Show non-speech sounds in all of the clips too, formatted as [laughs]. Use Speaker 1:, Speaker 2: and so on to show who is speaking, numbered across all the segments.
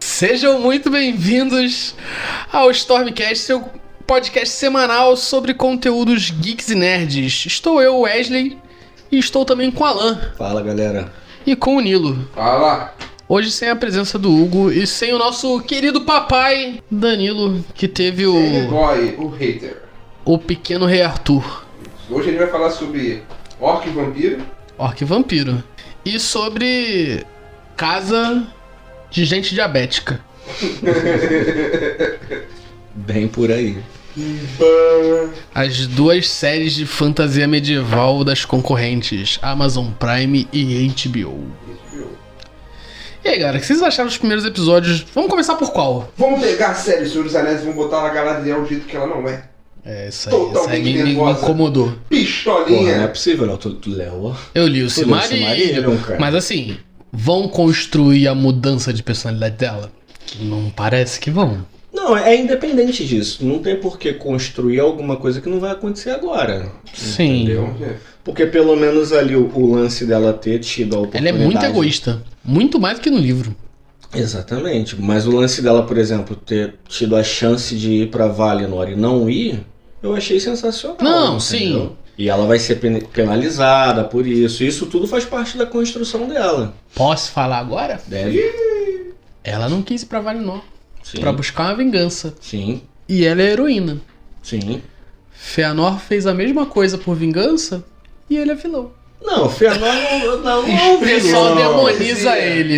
Speaker 1: Sejam muito bem-vindos ao Stormcast, seu podcast semanal sobre conteúdos geeks e nerds. Estou eu, Wesley, e estou também com o Alan
Speaker 2: Fala, galera.
Speaker 1: e com o Nilo.
Speaker 3: Fala!
Speaker 1: Hoje sem a presença do Hugo e sem o nosso querido papai Danilo, que teve
Speaker 3: Ele
Speaker 1: o,
Speaker 3: boy, o hater.
Speaker 1: o pequeno rei Arthur,
Speaker 3: Hoje ele vai falar sobre orc e vampiro.
Speaker 1: orc vampiro, e sobre casa de gente diabética.
Speaker 2: Bem por aí.
Speaker 1: As duas séries de fantasia medieval das concorrentes, Amazon Prime e HBO. E aí, galera, o que vocês acharam dos primeiros episódios? Vamos começar por qual?
Speaker 3: Vamos pegar a série Senhor dos Anéis e vamos botar na Galadriel do jeito que ela não é.
Speaker 1: É, isso aí, isso aí
Speaker 3: Totalmente
Speaker 1: me, me
Speaker 3: nervosa.
Speaker 1: incomodou.
Speaker 2: Porra, não é
Speaker 3: Pistolinha!
Speaker 2: possível, não. Tu, tu leu.
Speaker 1: Eu li o
Speaker 2: Tu leu o
Speaker 1: Silmarillion,
Speaker 2: Silmarillion, cara.
Speaker 1: mas assim, vão construir a mudança de personalidade dela? Que não parece que vão.
Speaker 2: Não, é independente disso. Não tem por que construir alguma coisa que não vai acontecer agora.
Speaker 1: Sim.
Speaker 2: Entendeu?
Speaker 3: Vamos ver.
Speaker 2: Porque pelo menos ali o, o lance dela ter tido a
Speaker 1: Ela é
Speaker 2: oportunidade.
Speaker 1: muito egoísta, muito mais do que no livro.
Speaker 2: Exatamente. Mas o lance dela, por exemplo, ter tido a chance de ir pra Valinor e não ir, eu achei sensacional.
Speaker 1: Não,
Speaker 2: entendeu?
Speaker 1: sim.
Speaker 2: E ela vai ser pen- penalizada por isso. Isso tudo faz parte da construção dela.
Speaker 1: Posso falar agora?
Speaker 2: Deve.
Speaker 1: Ela não quis ir pra Valinor,
Speaker 2: Sim.
Speaker 1: pra buscar uma vingança.
Speaker 2: Sim.
Speaker 1: E ela é heroína.
Speaker 2: Sim.
Speaker 1: Feanor fez a mesma coisa por vingança e ele é vilão.
Speaker 2: Não, Fernando não, não, [laughs] não
Speaker 1: O pessoal
Speaker 3: Não,
Speaker 1: demoniza
Speaker 3: sim.
Speaker 1: ele.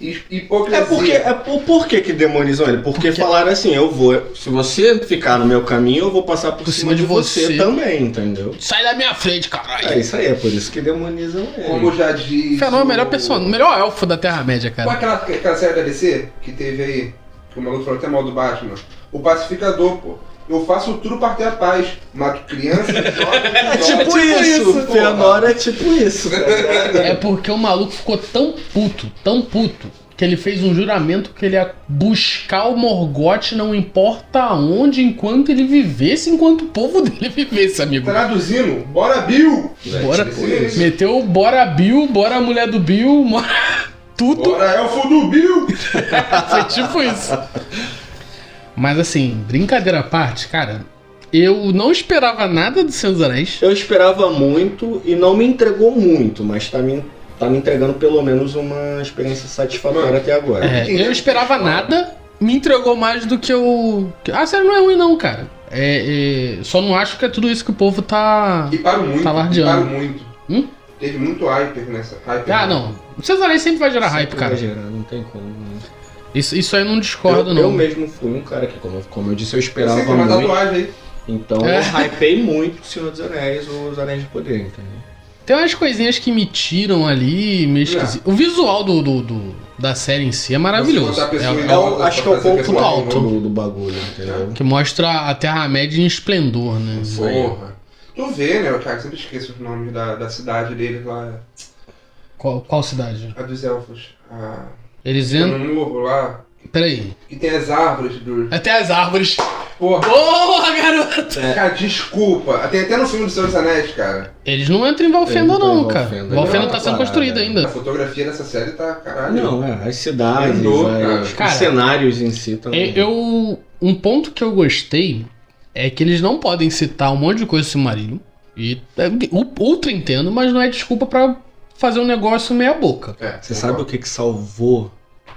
Speaker 3: His-
Speaker 2: É
Speaker 3: Hipocrisia.
Speaker 2: porque, é por, por que que demonizam ele? Porque, falaram assim, eu vou, se você ficar no meu caminho, eu vou passar por, cima, de você,
Speaker 1: você.
Speaker 2: também, entendeu?
Speaker 1: Sai da minha frente, caralho.
Speaker 2: É isso aí, é por isso que demonizam ele.
Speaker 3: Como já diz.
Speaker 1: Feanor é o melhor
Speaker 3: personagem.
Speaker 1: personagem, o melhor elfo da Terra-média,
Speaker 2: né?
Speaker 3: Qual é
Speaker 1: cara.
Speaker 3: aquela, aquela série da DC que teve aí? Que o maluco falou até mal do Batman. O Pacificador, pô. Eu faço tudo pra ter a paz. Mato criança, [laughs] jovem,
Speaker 2: É tipo,
Speaker 1: tipo
Speaker 2: isso,
Speaker 1: isso,
Speaker 2: isso Fernando é tipo isso. tá [laughs] ligado?
Speaker 1: É porque o maluco ficou tão puto, tão puto, que ele fez um juramento que ele ia buscar o Morgoth, não importa aonde, enquanto ele vivesse, enquanto o povo [laughs] dele vivesse, amigo.
Speaker 3: Traduzindo, bora Bill!
Speaker 1: Bora,
Speaker 3: tipo isso.
Speaker 1: meteu o bora Bill, bora mulher do Bill, bora [laughs] tudo.
Speaker 3: Bora elfo do Bill!
Speaker 1: [laughs] Foi tipo isso. Mas assim, brincadeira à parte, cara, eu não esperava nada do Senhor dos Anéis.
Speaker 2: Eu esperava muito e não me entregou muito, mas tá me, tá me entregando pelo menos uma experiência satisfatória até agora.
Speaker 1: É, eu não esperava nada, me entregou mais do que eu. que- Ah, sério, não é ruim não, cara. É, é, só não acho que é tudo isso que o povo tá.
Speaker 3: E paro muito,
Speaker 1: Tá
Speaker 3: e
Speaker 1: lardeando.
Speaker 3: paro muito.
Speaker 1: Hum?
Speaker 3: Teve muito hyper nessa. Hyper
Speaker 1: Ah, não. O Senhor dos Anéis sempre vai gerar hype, cara.
Speaker 2: Exagerando, não tem como. né?
Speaker 1: Isso, isso aí eu não discordo,
Speaker 2: eu,
Speaker 1: não.
Speaker 2: eu mesmo fui um cara que, como, como eu disse, eu esperava
Speaker 3: Você tem uma
Speaker 2: muito.
Speaker 3: tatuagem aí.
Speaker 2: Então
Speaker 1: É.
Speaker 2: eu hypei muito o Senhor dos Anéis ou os Anéis de Poder, entendeu?
Speaker 1: Tem umas coisinhas que me tiram ali, meio esquisito. O visual do, do- do- da série em si é maravilhoso.
Speaker 3: Você botar a pessoa
Speaker 1: É-
Speaker 3: em
Speaker 1: é
Speaker 2: É o-
Speaker 3: volta
Speaker 2: acho que é
Speaker 3: pra
Speaker 2: o
Speaker 3: fazer
Speaker 2: ponto
Speaker 3: personagem
Speaker 1: alto.
Speaker 3: novo.
Speaker 2: do, do bagulho, entendeu?
Speaker 1: que mostra a Terra-média em esplendor, né?
Speaker 3: Porra. Tu vê, né? O cara sempre esquece os nomes da, da cidade dele lá.
Speaker 1: Qual, qual cidade?
Speaker 3: A dos elfos. A...
Speaker 1: Eles
Speaker 3: Tem
Speaker 1: entram.
Speaker 3: um morro lá.
Speaker 1: Peraí.
Speaker 3: Que tem as árvores do.
Speaker 1: Até as árvores.
Speaker 3: Porra.
Speaker 1: Boa, garoto!
Speaker 3: Cara, desculpa. Tem até no filme do Senhor dos Anéis, cara.
Speaker 1: Eles não entram em Valfenda,
Speaker 2: Eles não
Speaker 1: não,
Speaker 2: entram em
Speaker 1: cara.
Speaker 2: Valfenda,
Speaker 1: Valfenda,
Speaker 2: não.
Speaker 1: tá
Speaker 2: É uma
Speaker 1: sendo
Speaker 2: parada.
Speaker 1: construída
Speaker 3: A
Speaker 1: ainda.
Speaker 3: fotografia dessa série tá caralho.
Speaker 2: Não, é, as cidades,
Speaker 3: Andou,
Speaker 2: as-
Speaker 3: cara.
Speaker 2: os
Speaker 1: Cara,
Speaker 2: cenários em si também.
Speaker 1: É, Eu. Um ponto que eu gostei é que eles não podem citar um monte de coisa submarino. E é, u- ultra entendo, mas não é desculpa pra fazer um negócio meia boca.
Speaker 3: É,
Speaker 2: Você sabe o que, que salvou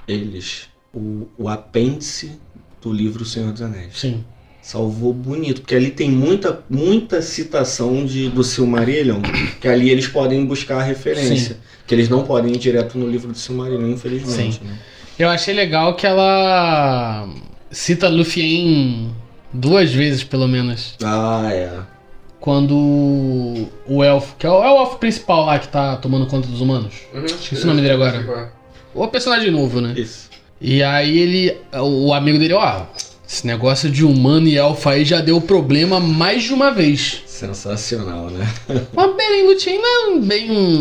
Speaker 2: eles? O, o apêndice do livro Senhor dos Anéis.
Speaker 1: Sim.
Speaker 2: Salvou bonito, porque ali tem muita, muita citação de, do Silmarillion, que ali eles podem buscar a referência. Que eles não podem ir direto no livro do Silmarillion, infelizmente. né?
Speaker 1: Eu achei legal que ela cita Lúthien duas vezes, pelo menos.
Speaker 2: Ah, é.
Speaker 1: Quando o elfo, que é o, é o elfo principal lá que tá tomando conta dos humanos.
Speaker 3: Uhum.
Speaker 1: Esqueci o nome dele agora. O personagem novo, né?
Speaker 2: Isso.
Speaker 1: E aí ele. O amigo dele, ó. Esse negócio de humano e elfo aí já deu problema mais de uma vez.
Speaker 2: Sensacional, né?
Speaker 1: Mas Belém Lutin não é bem um,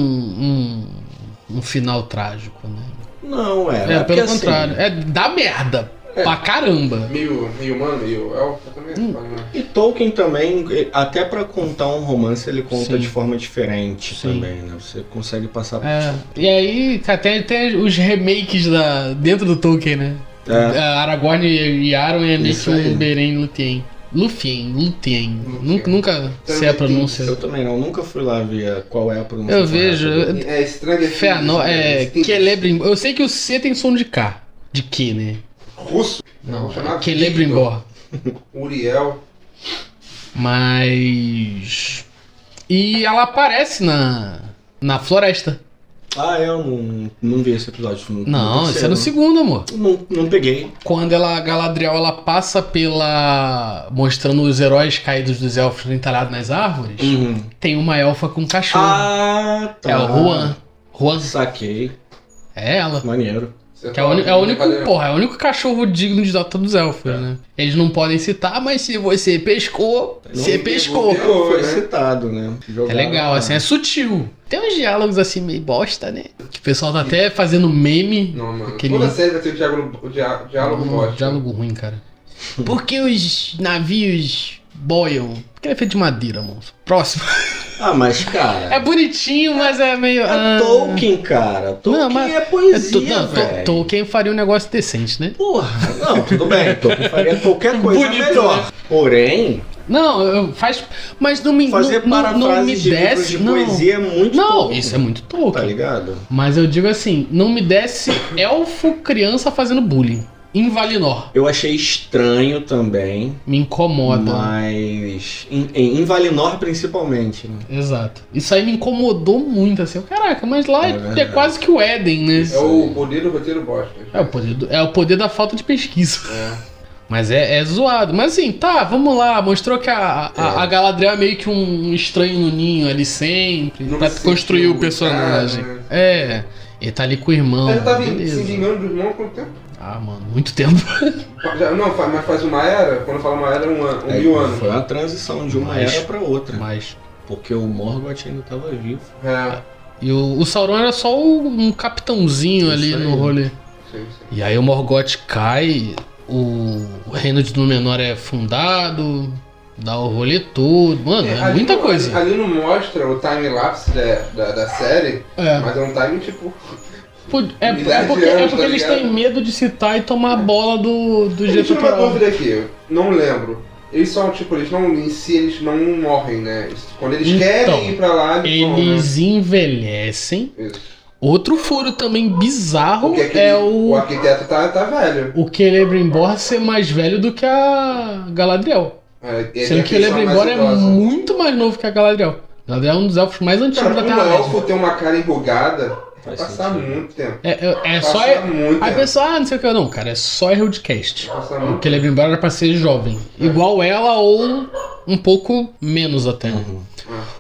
Speaker 1: um. um final trágico, né?
Speaker 2: Não, é.
Speaker 1: É,
Speaker 2: porque
Speaker 1: pelo
Speaker 2: assim, É.
Speaker 1: contrário. É dá merda. Pra caramba.
Speaker 3: Meio, meio humano, meio elfo também. Hum.
Speaker 2: E Tolkien também, eh, até pra contar um romance, ele conta
Speaker 1: Sim.
Speaker 2: de forma diferente
Speaker 1: Sim.
Speaker 2: também, né? Você consegue passar.
Speaker 1: É, e aí, cara, tem, tem os remakes da, dentro do Tolkien, né?
Speaker 2: É.
Speaker 1: A Aragorn e e Aron é meio que
Speaker 2: Isso
Speaker 1: um
Speaker 2: aí.
Speaker 1: Beren Lúthien. Lúthien, Lúthien.
Speaker 3: Lúthien.
Speaker 1: Nunca, nunca sei a pronúncia.
Speaker 2: Eu também não, nunca fui lá ver a- qual é a pronúncia.
Speaker 1: Eu
Speaker 2: correta
Speaker 1: vejo.
Speaker 2: dele.
Speaker 3: É Stranger
Speaker 1: Fé,
Speaker 3: Things,
Speaker 1: não,
Speaker 3: Stranger
Speaker 1: é.
Speaker 3: Things.
Speaker 1: Celebrimbor. Eu sei que o C tem som de K. De Q, né?
Speaker 3: Russo.
Speaker 1: Não, é
Speaker 3: Vamos chamar
Speaker 1: Celebrimbor.
Speaker 3: Uriel.
Speaker 1: Mas. E ela aparece na. Na floresta.
Speaker 2: Ah, eu não, não vi esse episódio.
Speaker 1: Não, isso é no
Speaker 2: terceiro. né?
Speaker 1: segundo, amor.
Speaker 2: Não, não peguei.
Speaker 1: Quando ela, Galadriel, ela passa pela. mostrando os heróis caídos dos elfos entalhados nas árvores.
Speaker 2: Uhum.
Speaker 1: Tem uma elfa com um cachorro.
Speaker 2: Ah, tá.
Speaker 1: É o Juan. Juan.
Speaker 2: Saquei.
Speaker 1: É ela.
Speaker 2: Maneiro.
Speaker 3: Você tá
Speaker 1: Que é o, uni- é o único,
Speaker 3: Brincadeira.
Speaker 1: porra, é o único cachorro digno de Dota dos Elfos, né? Eles não podem citar, mas se você pescou,
Speaker 2: Não
Speaker 1: você
Speaker 2: me
Speaker 1: pescou.
Speaker 3: devolveu. Pô,
Speaker 2: Foi
Speaker 3: né?
Speaker 2: citado, né?
Speaker 1: É legal, assim, é sutil. Tem uns diálogos assim meio bosta, né? Que o pessoal tá até fazendo meme.
Speaker 3: Não, mano.
Speaker 1: Aquele-
Speaker 3: Toda série vai ter o diálogo, o dia- diálogo
Speaker 1: Um
Speaker 3: bosta.
Speaker 1: diálogo ruim, cara. Por que os navios boiam? Porque ele é feito de madeira, moço. Próximo. [laughs]
Speaker 2: Ah, mas, cara.
Speaker 1: É bonitinho, mas é meio.
Speaker 2: É,
Speaker 1: ah,
Speaker 2: Tolkien, cara. Tolkien
Speaker 1: mas-
Speaker 2: é
Speaker 1: é to-
Speaker 2: poesia,
Speaker 1: não, to-
Speaker 2: velho.
Speaker 1: Tolkien faria um negócio decente, né?
Speaker 2: Porra, não, tudo bem. Tolkien faria
Speaker 3: É
Speaker 2: qualquer coisa
Speaker 1: Bonito,
Speaker 2: melhor.
Speaker 3: né?
Speaker 2: Porém,
Speaker 1: Não, eu- faz. Mas não me.
Speaker 2: fazer
Speaker 1: não, não, não me
Speaker 2: parafrases de livros
Speaker 1: desce.
Speaker 2: de
Speaker 1: não.
Speaker 2: poesia é muito
Speaker 1: Não,
Speaker 2: Tolkien,
Speaker 1: isso é muito
Speaker 2: Tá
Speaker 1: Tolkien.
Speaker 2: ligado?
Speaker 1: Mas eu digo assim, não me desse elfo criança fazendo bullying. Em Valinor.
Speaker 2: Eu achei estranho também,
Speaker 1: Me incomoda.
Speaker 2: mas em, em, em Valinor principalmente. né?
Speaker 1: Exato. Isso aí me incomodou muito, assim. eu, Caraca, mas lá
Speaker 2: É
Speaker 1: é,
Speaker 2: verdade.
Speaker 1: quase que o Éden, né?
Speaker 3: É o poder do roteiro bosta.
Speaker 1: É o poder, do- é o poder da falta de pesquisa.
Speaker 3: É.
Speaker 1: Mas é, é zoado. Mas assim, tá, vamos lá. Mostrou que a, a, a Galadriel é meio que um estranho no ninho ali sempre.
Speaker 3: Nunca
Speaker 1: pra
Speaker 3: se
Speaker 1: construir o
Speaker 3: sentiu
Speaker 1: personagem.
Speaker 3: cara, né?
Speaker 1: É. Ele tá ali com o irmão.
Speaker 3: Ela já tava em- se
Speaker 1: beleza.
Speaker 3: vingando do irmão há quanto tempo?
Speaker 1: Ah, mano, muito
Speaker 3: [laughs]
Speaker 1: tempo.
Speaker 3: Já- não, fa- mas faz uma era, quando fala uma era, um, ano, um
Speaker 2: É,
Speaker 3: mil anos.
Speaker 2: Foi uma transição de uma
Speaker 1: Mas-
Speaker 2: era pra outra,
Speaker 1: Mas.
Speaker 2: porque o Morgoth ainda tava vivo.
Speaker 3: É,
Speaker 1: E o, o Sauron era só o- um capitãozinho
Speaker 2: Isso
Speaker 1: ali
Speaker 2: aí.
Speaker 1: no rolê.
Speaker 3: sim, sim.
Speaker 1: E aí o Morgoth cai, o, o reino de Númenor é fundado, dá o rolê todo. Mano, é,
Speaker 3: ali
Speaker 1: muita
Speaker 3: não-
Speaker 1: coisa.
Speaker 3: Ali não mostra o time-lapse da, da, da série,
Speaker 1: É.
Speaker 3: mas é um time tipo.
Speaker 1: Pô, é,
Speaker 3: Milhares
Speaker 1: é
Speaker 3: de
Speaker 1: porque, é
Speaker 3: anos,
Speaker 1: porque
Speaker 3: tá
Speaker 1: eles
Speaker 3: ligado? É.
Speaker 1: têm medo de citar e tomar a bola do, do
Speaker 3: Eu
Speaker 1: jeito
Speaker 3: tiro uma
Speaker 1: que
Speaker 3: dúvida aqui, eu não lembro. Eles são, tipo, eles não. Em si eles não morrem, né? Eles- Quando eles
Speaker 1: Então,
Speaker 3: querem ir pra lá, eles, vão, né?
Speaker 1: Eles envelhecem.
Speaker 3: Isso.
Speaker 1: Outro furo também bizarro
Speaker 3: Porque aquele-
Speaker 1: é
Speaker 3: o
Speaker 1: o,
Speaker 3: arquiteto tá, tá velho.
Speaker 1: o Celebrimbor ser mais velho do que a Galadriel.
Speaker 3: É, ele
Speaker 1: Sendo
Speaker 3: é
Speaker 1: que o
Speaker 3: a pessoa
Speaker 1: Celebrimbor é
Speaker 3: mais idosa.
Speaker 1: muito mais novo que a Galadriel. Galadriel é um dos elfos mais
Speaker 3: Cara,
Speaker 1: antigos da
Speaker 3: pra um
Speaker 1: Terra.
Speaker 3: elfo ter uma cara enrugada, vai
Speaker 2: Faz
Speaker 3: passar
Speaker 2: sentido.
Speaker 3: muito tempo.
Speaker 1: É, é, é só.
Speaker 3: Passar muito
Speaker 1: Aí a
Speaker 3: tempo.
Speaker 1: pessoa, ah, não sei o que, não, cara, é só Hildcast.
Speaker 3: Passar
Speaker 1: O
Speaker 3: muito
Speaker 1: Celebrimbor era pra ser jovem. Igual ela ou um pouco menos até.
Speaker 2: Uhum.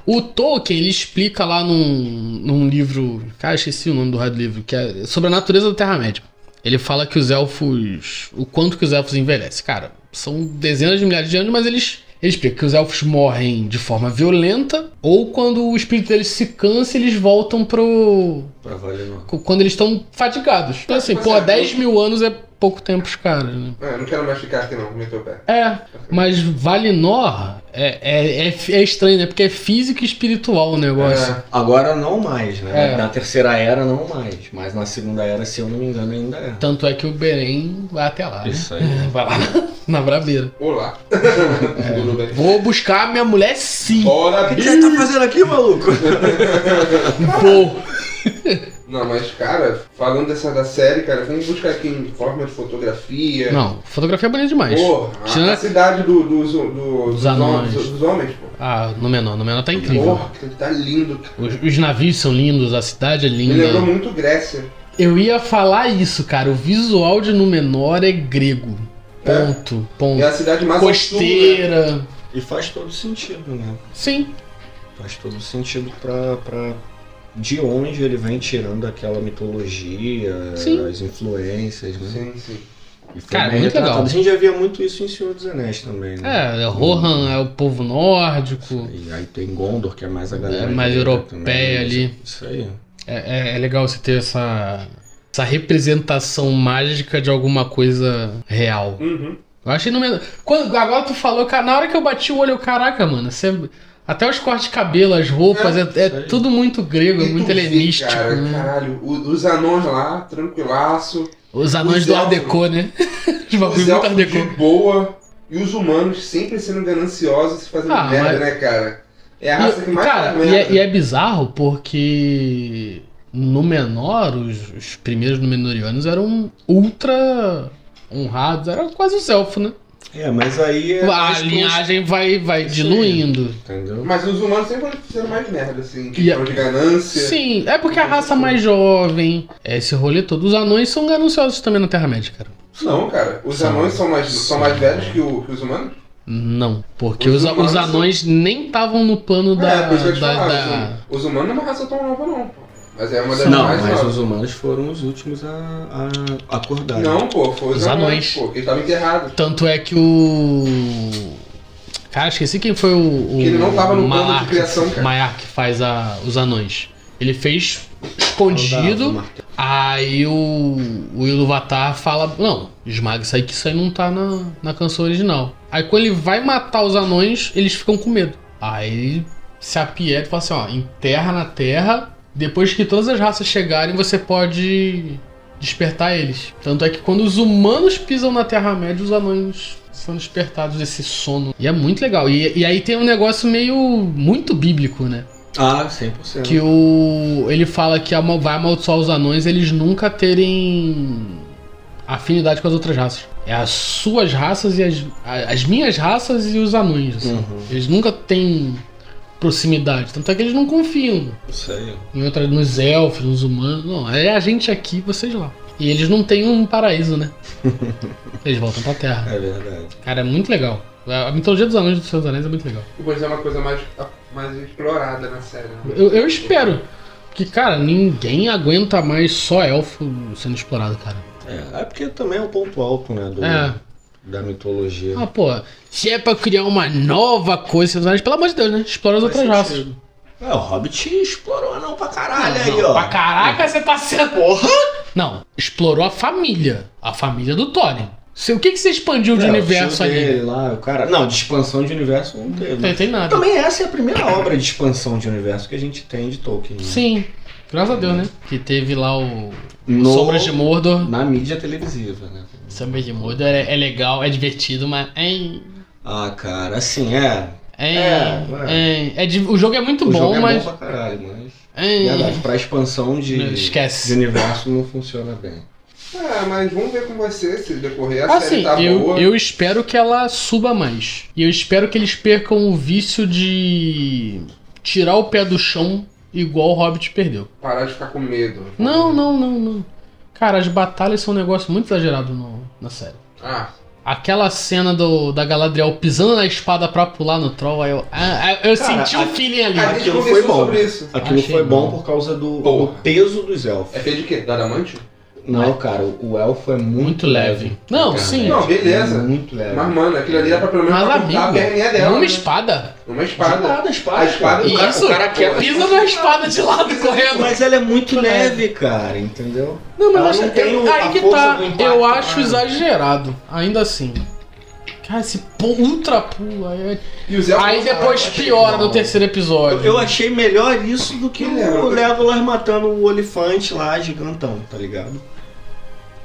Speaker 1: O Tolkien, ele explica lá num, num livro. Cara, esqueci o nome do rádio livro, que é sobre a natureza da Terra-média. Ele fala que os elfos. o quanto que os elfos envelhecem. Cara, são dezenas de milhares de anos, mas eles. Ele explica que os elfos morrem de forma violenta, ou quando o espírito deles se cansa, eles voltam pro.
Speaker 2: Pra Valinor.
Speaker 1: co- quando eles estão fatigados. Então, assim, pô, 10 mil anos é pouco tempo pros caras, né?
Speaker 3: É, não quero mais ficar aqui não, meteu o pé.
Speaker 1: É, mas Valinor é, é, é, é estranho, né? Porque é físico e espiritual o negócio.
Speaker 3: É,
Speaker 2: Agora não mais, né?
Speaker 1: É.
Speaker 2: Na terceira era não mais, mas na segunda era, se eu não me engano, ainda é.
Speaker 1: Tanto é que o Beren vai até lá. né?
Speaker 2: Isso aí.
Speaker 1: Vai lá [laughs] na, na brabeira.
Speaker 3: olá. Tudo bem.
Speaker 1: Vou buscar minha mulher sim.
Speaker 3: Bora,
Speaker 2: O que você tá fazendo aqui, maluco?
Speaker 1: Vou.
Speaker 3: Não, mas cara, falando dessa da série, cara, vamos buscar aqui em forma de fotografia.
Speaker 1: Não, fotografia é bonita demais.
Speaker 3: Porra, a-
Speaker 1: Tirando
Speaker 3: a,
Speaker 1: a-
Speaker 3: cidade do, dos, do- dos,
Speaker 1: Dos um anões.
Speaker 3: homens, dos homens, pô.
Speaker 1: Ah, no menor, no menor tá incrível.
Speaker 3: Porra, que tá lindo. cara.
Speaker 1: Os, os navios são lindos, a cidade é
Speaker 3: Me lembrou
Speaker 1: linda.
Speaker 3: muito Grécia.
Speaker 1: Eu ia falar isso, cara. O visual de Númenor é grego.
Speaker 3: É.
Speaker 1: Ponto,
Speaker 3: É
Speaker 1: ponto.
Speaker 3: a cidade mais ao sul, né?
Speaker 1: Costeira.
Speaker 2: E faz todo sentido, né?
Speaker 1: Sim,
Speaker 2: Faz todo sentido pra, pra de onde ele vem tirando aquela mitologia,
Speaker 1: Sim.
Speaker 2: as influências, né?
Speaker 3: Sim, sim.
Speaker 2: E foi
Speaker 1: Cara,
Speaker 2: bem
Speaker 1: muito
Speaker 2: retratado.
Speaker 1: legal.
Speaker 2: A gente já via muito isso em Senhor dos Anéis também, né?
Speaker 1: É, é Rohan é o povo nórdico.
Speaker 2: E aí tem Gondor, que é mais a galera.
Speaker 1: É, mais
Speaker 2: grega
Speaker 1: europeia
Speaker 2: também,
Speaker 1: ali.
Speaker 2: Isso aí.
Speaker 1: É, é- é legal você ter essa, essa representação mágica de alguma coisa real.
Speaker 3: Uhum.
Speaker 1: Eu achei no mesmo. Quando, agora tu falou, cara, na hora que eu bati o olho, eu, caraca, mano, você- é-" Até os cortes de cabelo, as roupas, é, é
Speaker 2: sério.
Speaker 1: tudo muito grego, é
Speaker 3: E
Speaker 1: muito
Speaker 3: tu vê,
Speaker 1: helenístico.
Speaker 3: Cara,
Speaker 1: né?
Speaker 3: caralho, o- os anões lá, tranquilaço.
Speaker 1: Os anões
Speaker 3: Os
Speaker 1: do Art
Speaker 3: elfos.
Speaker 1: Deco, né? [laughs] Os bagulho
Speaker 3: Os
Speaker 1: muito Art
Speaker 3: elfos de
Speaker 1: Deco.
Speaker 3: boa. E os humanos sempre sendo gananciosos e se fazendo
Speaker 1: Ah,
Speaker 3: merda,
Speaker 1: mas-
Speaker 3: né, cara? É a raça que
Speaker 1: E,
Speaker 3: mais
Speaker 1: cara,
Speaker 3: faz
Speaker 1: e é,
Speaker 3: merda.
Speaker 1: e é bizarro porque no menor, os, os primeiros Númenóreanos eram ultra honrados, eram quase os elfos, né?
Speaker 2: É, mas aí é.
Speaker 1: A
Speaker 2: mais pro-
Speaker 1: linhagem vai, vai
Speaker 2: Isso aí.
Speaker 1: diluindo.
Speaker 2: Entendeu?
Speaker 3: Mas os humanos sempre sendo mais merda, assim.
Speaker 1: E a-
Speaker 3: Questão de ganância.
Speaker 1: Sim, é porque a raça mais jovem, é esse rolê todo. Os anões são gananciosos também na Terra-média, cara.
Speaker 3: Não, cara. Os
Speaker 2: Sim.
Speaker 3: anões são mais, são mais velhos que, o- que os humanos?
Speaker 1: Não, porque os,
Speaker 3: Os humanos
Speaker 1: os
Speaker 3: são-
Speaker 1: anões nem estavam no plano da.
Speaker 3: é, por isso que eu te
Speaker 1: da-
Speaker 3: falava.
Speaker 1: da-
Speaker 3: assim, Os humanos não é uma raça tão nova, não, pô. Mas é uma das
Speaker 2: Não,
Speaker 3: mais
Speaker 2: mas
Speaker 3: novas.
Speaker 2: os humanos foram os últimos a, a acordar. né?
Speaker 3: Não, pô, foi os,
Speaker 1: Os anões.
Speaker 3: anões, pô, que estavam enterrados.
Speaker 1: Tanto é que o. Cara, esqueci quem foi o. o
Speaker 3: Que ele não tava no plano de
Speaker 1: Malark-
Speaker 3: criação, cara.
Speaker 1: Malark que faz a- os anões. Ele fez escondido, aí o, o Iluvatar fala: Não, esmaga isso aí, que isso aí não tá na, na canção original. Aí quando ele vai matar os anões, eles ficam com medo. Aí ele se apieta e fala assim: Ó, enterra na terra, depois que todas as raças chegarem, você pode despertar eles. Tanto é que quando os humanos pisam na Terra-média, os anões são despertados desse sono. E é muito legal. E, e aí tem um negócio meio muito bíblico, né?
Speaker 2: Ah, 100%.
Speaker 1: Que o ele fala que ama- vai amaldiçoar os anões eles nunca terem afinidade com as outras raças. É as suas raças e as, a- as minhas raças e os anões. assim.
Speaker 2: Uhum.
Speaker 1: Eles nunca têm proximidade. Tanto é que eles não confiam
Speaker 2: Isso aí.
Speaker 1: em outra, nos elfos, nos humanos. Não, é a gente aqui, vocês lá. E eles não têm um paraíso, né? eles voltam pra terra.
Speaker 2: É verdade.
Speaker 1: Cara, é muito legal. A a mitologia dos anões e dos seus anéis é muito legal.
Speaker 3: E pode ser uma coisa mais, mais explorada na série. Né?
Speaker 1: Eu, eu espero. Porque, cara, ninguém aguenta mais só elfo sendo explorado, cara.
Speaker 2: É, é porque também é o ponto alto, né? Do,
Speaker 1: É.
Speaker 2: Da mitologia.
Speaker 1: Ah, pô, se é pra criar uma nova coisa, seus anéis, pelo amor de Deus, né? Explora as
Speaker 2: Faz
Speaker 1: outras raças.
Speaker 2: sentido. É, o Hobbit explorou não pra caralho
Speaker 1: Não,
Speaker 2: aí,
Speaker 1: não,
Speaker 2: ó.
Speaker 1: Pra caraca, você tá sendo.
Speaker 2: Porra!
Speaker 1: Não, explorou a família. A família do Thorin. Se- O que, que você expandiu de
Speaker 2: É, o
Speaker 1: universo
Speaker 2: tio
Speaker 1: ali?
Speaker 2: dele Lá, o cara... Não, de expansão de universo não teve.
Speaker 1: Não tem nada.
Speaker 2: Também essa é a primeira obra de expansão de universo que a gente tem de Tolkien. né?
Speaker 1: Sim, graças a Deus, né? Que teve lá o
Speaker 2: No-
Speaker 1: Sombras de Mordor.
Speaker 2: Na mídia televisiva, né?
Speaker 1: Sombras de Mordor é, é legal, é divertido, mas. hein,
Speaker 2: Ah, cara, assim, é.
Speaker 1: hein,
Speaker 2: É,
Speaker 1: hein. É di- o jogo é muito
Speaker 2: o
Speaker 1: bom,
Speaker 2: jogo
Speaker 1: mas.
Speaker 2: é bom pra caralho, mas.
Speaker 1: hein.
Speaker 2: Verdade, pra expansão de,
Speaker 1: Não, esquece.
Speaker 2: de universo não funciona bem.
Speaker 3: Ah, mas vamos ver como vai ser se decorrer. A
Speaker 1: Assim,
Speaker 3: série tá
Speaker 1: eu,
Speaker 3: boa.
Speaker 1: eu espero que ela suba mais. E eu espero que eles percam o vício de tirar o pé do chão igual o Hobbit perdeu.
Speaker 3: Parar de ficar com medo.
Speaker 1: Não, não, não, não. Cara, as batalhas são um negócio muito exagerado no- na série.
Speaker 3: Ah,
Speaker 1: Aquela cena do, da Galadriel pisando na espada pra pular no troll, aí eu, ah, ah, eu
Speaker 2: Cara,
Speaker 1: senti
Speaker 2: a-
Speaker 1: um feeling ali.
Speaker 3: a gente
Speaker 2: Aquilo foi
Speaker 3: conversou
Speaker 2: bom.
Speaker 3: sobre isso.
Speaker 2: Aquilo
Speaker 1: Achei
Speaker 2: foi bom
Speaker 1: bom.
Speaker 2: por causa do,
Speaker 3: Porra.
Speaker 2: do peso dos elfos.
Speaker 3: É feito de quê? Do adamante?
Speaker 2: Não, cara, o elfo é muito,
Speaker 1: Muito leve. Não,
Speaker 2: Cara,
Speaker 1: sim.
Speaker 3: Não, beleza.
Speaker 2: É muito leve.
Speaker 3: Mas, mano, aquilo ali dá pra pelo menos
Speaker 1: Mas,
Speaker 3: pra cortar a perninha
Speaker 1: amigo,
Speaker 3: dela.
Speaker 1: não uma
Speaker 3: né?
Speaker 1: espada.
Speaker 3: Uma espada. é
Speaker 2: Nada, espada.
Speaker 3: A espada-
Speaker 2: cara. O cara,
Speaker 1: Isso?
Speaker 2: o cara quebra.
Speaker 1: Pisa na espada de lado correndo.
Speaker 2: Mas ela é muito
Speaker 1: Muito
Speaker 2: leve, cara, entendeu?
Speaker 1: Não, mas
Speaker 2: Ela
Speaker 1: acho
Speaker 2: não
Speaker 1: que é
Speaker 2: tem o-
Speaker 1: aí
Speaker 2: a
Speaker 1: que
Speaker 2: força
Speaker 1: tá.
Speaker 2: do impacto, né?
Speaker 1: Eu acho
Speaker 2: cara.
Speaker 1: exagerado, ainda assim. Cara, esse pu- ultra pula. Aí, é-
Speaker 3: E é os
Speaker 2: Então,
Speaker 3: elfos
Speaker 1: aí
Speaker 2: é,
Speaker 3: não
Speaker 1: depois
Speaker 3: falam.
Speaker 1: piora
Speaker 2: não.
Speaker 1: no terceiro episódio.
Speaker 2: Eu achei melhor isso do que o
Speaker 3: Lembra?
Speaker 2: Legolas matando o olifante lá, gigantão, tá ligado?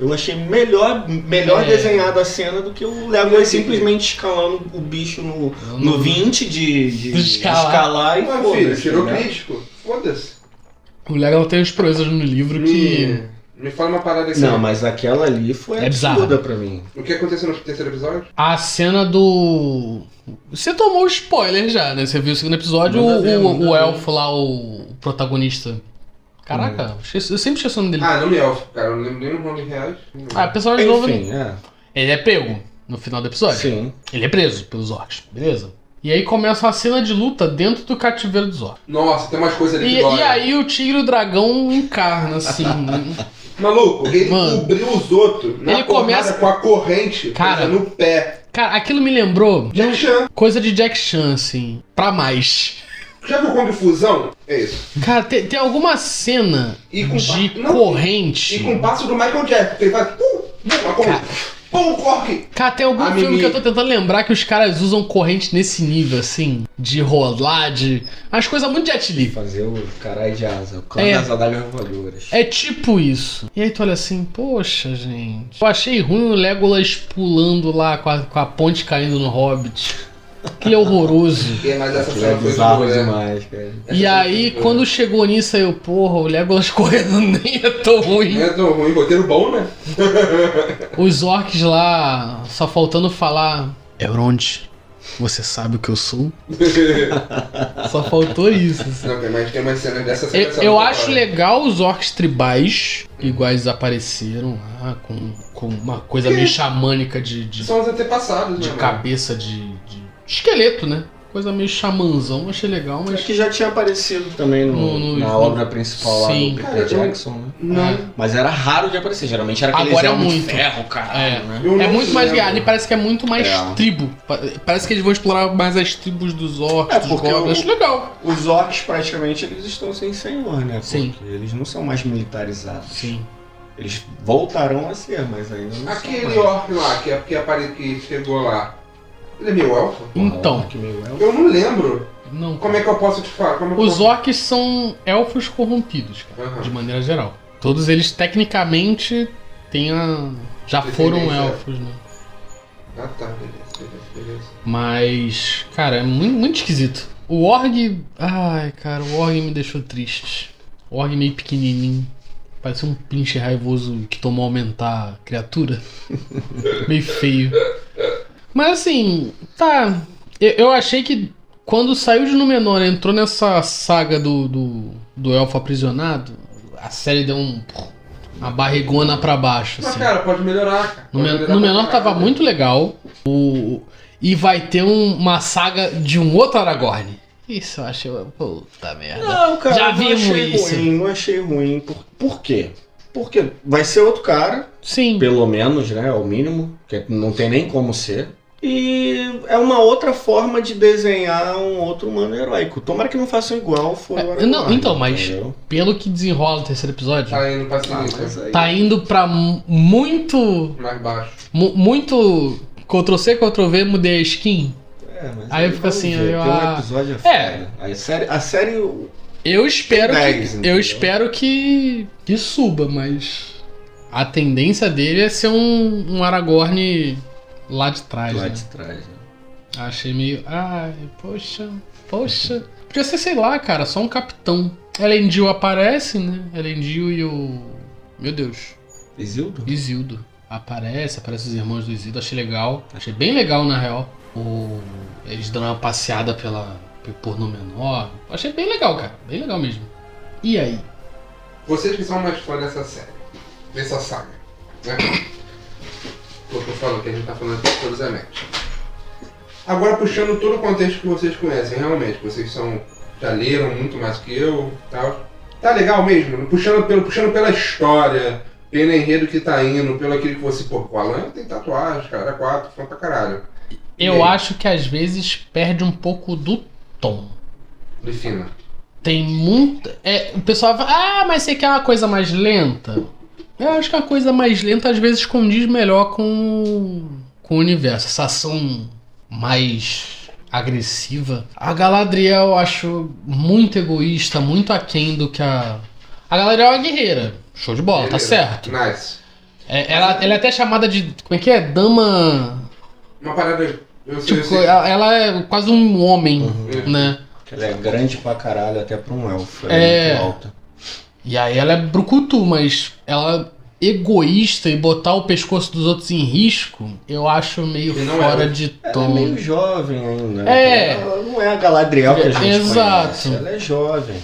Speaker 2: Eu achei melhor, melhor
Speaker 1: É.
Speaker 2: desenhada a cena do que o Legolas simplesmente escalando o bicho no, no 20 de, de
Speaker 1: De escalar.
Speaker 2: escalar e
Speaker 3: Mas,
Speaker 2: foda-se,
Speaker 3: filho, tirou
Speaker 2: né?
Speaker 3: crítico? Foda-se.
Speaker 1: O Legal tem as proezas no livro que.
Speaker 3: Me... Me fala uma parada aqui.
Speaker 2: Não, mas aquela ali foi
Speaker 1: É bizarro.
Speaker 2: absurda pra mim.
Speaker 3: O que aconteceu no terceiro episódio?
Speaker 1: A cena do. Você tomou o spoiler já, né? Você viu o segundo episódio,
Speaker 2: Manda
Speaker 1: o,
Speaker 2: ver,
Speaker 1: o-
Speaker 2: manda
Speaker 1: o
Speaker 2: ver.
Speaker 1: elfo lá, o protagonista.
Speaker 2: Hum.
Speaker 1: Caraca, esqueci- eu sempre esqueço o nome dele.
Speaker 3: Ah, não me elfo, cara. Eu não lembro nem os nomes reais.
Speaker 1: Ah, pessoal de novo.
Speaker 2: Enfim, é.
Speaker 1: Ele é pego no final do episódio.
Speaker 2: Sim.
Speaker 1: Ele é preso pelos orcs, beleza? E aí começa a cena de luta dentro do cativeiro dos orcs.
Speaker 3: Nossa, tem umas coisas ali
Speaker 1: E,
Speaker 3: que dói.
Speaker 1: e aí o tigre e o dragão encarna, assim.
Speaker 3: Maluco, ele
Speaker 1: Mano.
Speaker 3: cobriu os outros na
Speaker 1: Ele
Speaker 3: ele
Speaker 1: começa-
Speaker 3: com a corrente,
Speaker 1: Cara.
Speaker 3: cara, no pé.
Speaker 1: Cara, aquilo me lembrou
Speaker 3: Jack Chan,
Speaker 1: coisa de Jack Chan, assim, pra mais.
Speaker 3: já viu Kung Fusão? É isso.
Speaker 1: Cara, tem, tem alguma cena
Speaker 3: E com
Speaker 1: de
Speaker 3: pa- não,
Speaker 1: corrente.
Speaker 3: E com o passo do Michael Jackson, que ele faz... Uh, uma corrente. Pum, corre!
Speaker 1: Cara, tem algum
Speaker 3: A
Speaker 1: filme
Speaker 3: Mimi.
Speaker 1: que eu tô tentando lembrar que os caras usam corrente nesse nível, assim, de rolar, de. As coisas muito jet li.
Speaker 2: Fazer o caralho de asa, o clã
Speaker 1: É.
Speaker 2: das adagas voadoras.
Speaker 1: É tipo isso. E aí tu olha assim, poxa, gente. Eu achei ruim o Legolas pulando lá com a, com a ponte caindo no Hobbit. Aquilo é
Speaker 3: [laughs]
Speaker 1: horroroso.
Speaker 3: E, mas essa
Speaker 2: Aquilo é
Speaker 3: cena foi
Speaker 2: bizarro
Speaker 3: boa, né?
Speaker 2: demais, cara.
Speaker 1: E aí, quando chegou nisso, aí eu, porra, o Legolas [laughs] correndo nem é tão ruim.
Speaker 3: Não é tão ruim, roteiro bom, né? [laughs]
Speaker 1: Os orcs lá, só faltando falar. Elrond, você sabe o que eu sou? Só faltou isso. assim.
Speaker 3: Não, tem mais, tem mais cenas dessa
Speaker 1: Eu,
Speaker 3: seleção.
Speaker 1: eu
Speaker 3: que
Speaker 1: acho
Speaker 3: falo.
Speaker 1: legal os orcs tribais, iguais apareceram lá, com, com uma coisa meio xamânica de, de,
Speaker 3: São os antepassados,
Speaker 1: de
Speaker 3: né? mano?
Speaker 1: cabeça de, de esqueleto, né? Coisa meio xamanzão, achei legal,
Speaker 2: Acho
Speaker 1: mas.
Speaker 2: que já tinha aparecido também no-
Speaker 1: No- no-
Speaker 2: na
Speaker 1: no-
Speaker 2: obra principal
Speaker 1: Sim.
Speaker 2: lá do
Speaker 3: Cara, eu-
Speaker 2: Peter Jackson, né?
Speaker 1: Ah.
Speaker 3: Não.
Speaker 2: Mas era raro de aparecer, geralmente era aqueles
Speaker 1: Agora é
Speaker 2: elmos de
Speaker 1: muito.
Speaker 2: um ferro, caralho,
Speaker 1: É.
Speaker 2: né?
Speaker 3: eu
Speaker 1: É
Speaker 3: não
Speaker 1: muito mais
Speaker 3: lembro.
Speaker 1: ali parece que é muito mais
Speaker 2: É.
Speaker 1: tribo. Pa- Parece que eles vão explorar mais as tribos dos orcs,
Speaker 2: É,
Speaker 1: dos
Speaker 2: porque
Speaker 1: goblins.
Speaker 2: o-
Speaker 1: Acho legal.
Speaker 2: Os orcs praticamente eles estão sem senhor, né?
Speaker 1: Sim.
Speaker 2: Porque eles não são mais militarizados.
Speaker 1: Sim.
Speaker 2: Eles voltarão a ser, mas ainda não
Speaker 3: Aquele
Speaker 2: são mais.
Speaker 3: orc lá, que, que, apare... que chegou lá. Ele é meio elfo?
Speaker 1: Então,
Speaker 2: Que meio elfo.
Speaker 3: Eu não lembro.
Speaker 1: não.
Speaker 3: Como é que eu posso te falar? Como é que
Speaker 1: Os
Speaker 3: eu...
Speaker 1: orcs são elfos corrompidos, cara,
Speaker 3: Aham.
Speaker 1: de maneira geral. Todos eles tecnicamente têm a... já foram
Speaker 3: Descendência.
Speaker 1: elfos, né?
Speaker 3: Ah tá, beleza, beleza, beleza.
Speaker 1: Mas, cara, é muito, muito esquisito. O Org. Ai, cara, o Org me deixou triste. O Org meio pequenininho. Parece um pinche raivoso que tomou aumentar a criatura. meio feio. Mas assim, tá. Eu, eu achei que quando saiu de Númenor e entrou nessa saga do, do, do elfo aprisionado, a série deu um. Uma barrigona pra baixo,
Speaker 3: Mas
Speaker 1: assim.
Speaker 3: cara, pode melhorar, cara.
Speaker 1: No, men
Speaker 3: Pode melhorar
Speaker 1: no
Speaker 3: pra
Speaker 1: menor
Speaker 3: caralho.
Speaker 1: tava muito
Speaker 2: né?
Speaker 1: legal. O... E vai ter um- uma saga de um outro Aragorn. Isso eu achei. Puta merda.
Speaker 2: Não, cara,
Speaker 1: Já
Speaker 2: eu
Speaker 1: vimos
Speaker 2: não achei
Speaker 1: isso.
Speaker 2: ruim, não achei ruim. Por, por quê? Porque vai ser outro cara,
Speaker 1: Sim.
Speaker 2: pelo menos, né? Ao mínimo, que não tem nem como ser. E é uma outra forma de desenhar um outro humano heróico. Tomara que não façam igual foi o
Speaker 1: É,
Speaker 2: Aragorn,
Speaker 1: não, então, mas-
Speaker 2: entendeu?
Speaker 1: Pelo que desenrola o terceiro episódio,
Speaker 3: Tá indo pra
Speaker 2: Ah,
Speaker 3: cima,
Speaker 2: mas aí-
Speaker 1: tá indo pra mu- muito.
Speaker 3: mais baixo.
Speaker 1: mu- muito. Ctrl C, Ctrl V, mudei a skin.
Speaker 2: É, mas
Speaker 1: Aí fica
Speaker 2: vamos
Speaker 1: assim,
Speaker 2: ver,
Speaker 1: aí eu-
Speaker 2: tem um
Speaker 1: a-
Speaker 2: episódio é
Speaker 1: É.
Speaker 2: foda. A série, a série eu-
Speaker 1: Eu espero
Speaker 2: Dez,
Speaker 1: que.
Speaker 2: entendeu?
Speaker 1: Eu espero que. que suba, mas. A tendência dele é ser um, um Aragorn lá de trás.
Speaker 2: lá
Speaker 1: né?
Speaker 2: de trás. né?
Speaker 1: Achei meio. Ai, poxa, poxa. Podia ser, sei lá, cara, só um capitão. Elendil aparece, né? Elendil e o. Meu Deus.
Speaker 2: Isildo?
Speaker 1: Isildo. Aparece, aparece os irmãos do Isildo. Achei legal. Achei bem legal, na real. O... Eles dando uma passeada pela. por no menor. Achei bem legal, cara. Bem legal mesmo. E aí?
Speaker 3: Vocês que são mais fãs dessa série, dessa saga, né? Porque eu falo que a gente tá falando aqui de todos os anéis. Agora puxando todo o contexto que vocês conhecem, realmente, vocês são. já leram muito mais que eu tal. Tá legal mesmo, puxando, pelo, puxando pela história, pelo enredo que tá indo, pelo aquilo que você. Pô, o Alan tem tatuagem, cara, é quatro, fã pra caralho.
Speaker 1: Eu
Speaker 3: aí?
Speaker 1: acho que às vezes perde um pouco do tom.
Speaker 3: Do Fina.
Speaker 1: Tem muita. É, o pessoal fala, ah, mas você quer uma coisa mais lenta? Eu acho que a coisa mais lenta às vezes condiz melhor com, com o universo. Essa ação mais agressiva. A Galadriel eu acho muito egoísta, muito aquém do que a. A Galadriel é uma guerreira. Show de bola, tá
Speaker 3: Beleza.
Speaker 1: certo.
Speaker 3: Nice.
Speaker 1: É, ela, ela é até chamada de. Como é que é? Dama.
Speaker 3: Uma parada. Eu sei, eu
Speaker 1: Tipo,
Speaker 3: sei.
Speaker 1: ela ela é quase um homem,
Speaker 2: Uhum.
Speaker 1: né?
Speaker 2: Que ela é grande pra caralho, até pra um elfo. Ela
Speaker 1: É.
Speaker 2: é muito alta.
Speaker 1: E aí ela é brucutu, mas ela egoísta e botar o pescoço dos outros em risco, eu acho meio
Speaker 3: Que não
Speaker 1: fora
Speaker 3: é.
Speaker 1: de
Speaker 2: Ela é
Speaker 1: tom.
Speaker 2: meio jovem ainda.
Speaker 1: É.
Speaker 2: né? Ela não é a Galadriel que a gente
Speaker 1: Exato.
Speaker 2: conhece. Ela é jovem.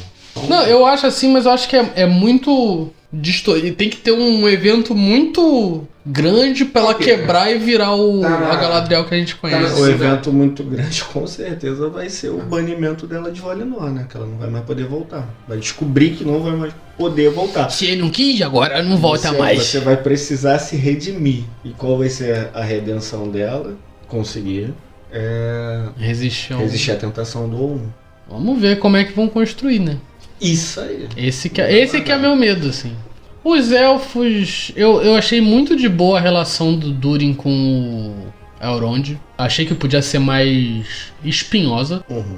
Speaker 1: Não, eu acho assim, mas eu acho que é, é muito disto- e Tem que ter um evento muito grande pra ela
Speaker 3: Ok.
Speaker 1: quebrar e virar o
Speaker 3: Tá na-
Speaker 1: a Galadriel que a gente conhece.
Speaker 3: Sim,
Speaker 2: O
Speaker 3: né?
Speaker 2: evento muito grande, [laughs] com certeza, vai ser o banimento dela de Valinor, né? Que ela não vai mais poder voltar. Vai descobrir que não vai mais poder voltar.
Speaker 1: Se ele não quis, agora não volta
Speaker 2: você,
Speaker 1: mais.
Speaker 2: Você vai precisar se redimir. E qual vai ser a redenção dela? Conseguir é,
Speaker 1: Resistir. a um-
Speaker 2: resistir à tentação do Olmo.
Speaker 1: Vamos ver como é que vão construir, né?
Speaker 2: Isso aí.
Speaker 1: Esse que é, esse que é meu medo, assim. Os elfos. Eu, eu achei muito de boa a relação do Durin com o Elrond. Achei que podia ser mais espinhosa.
Speaker 2: Uhum.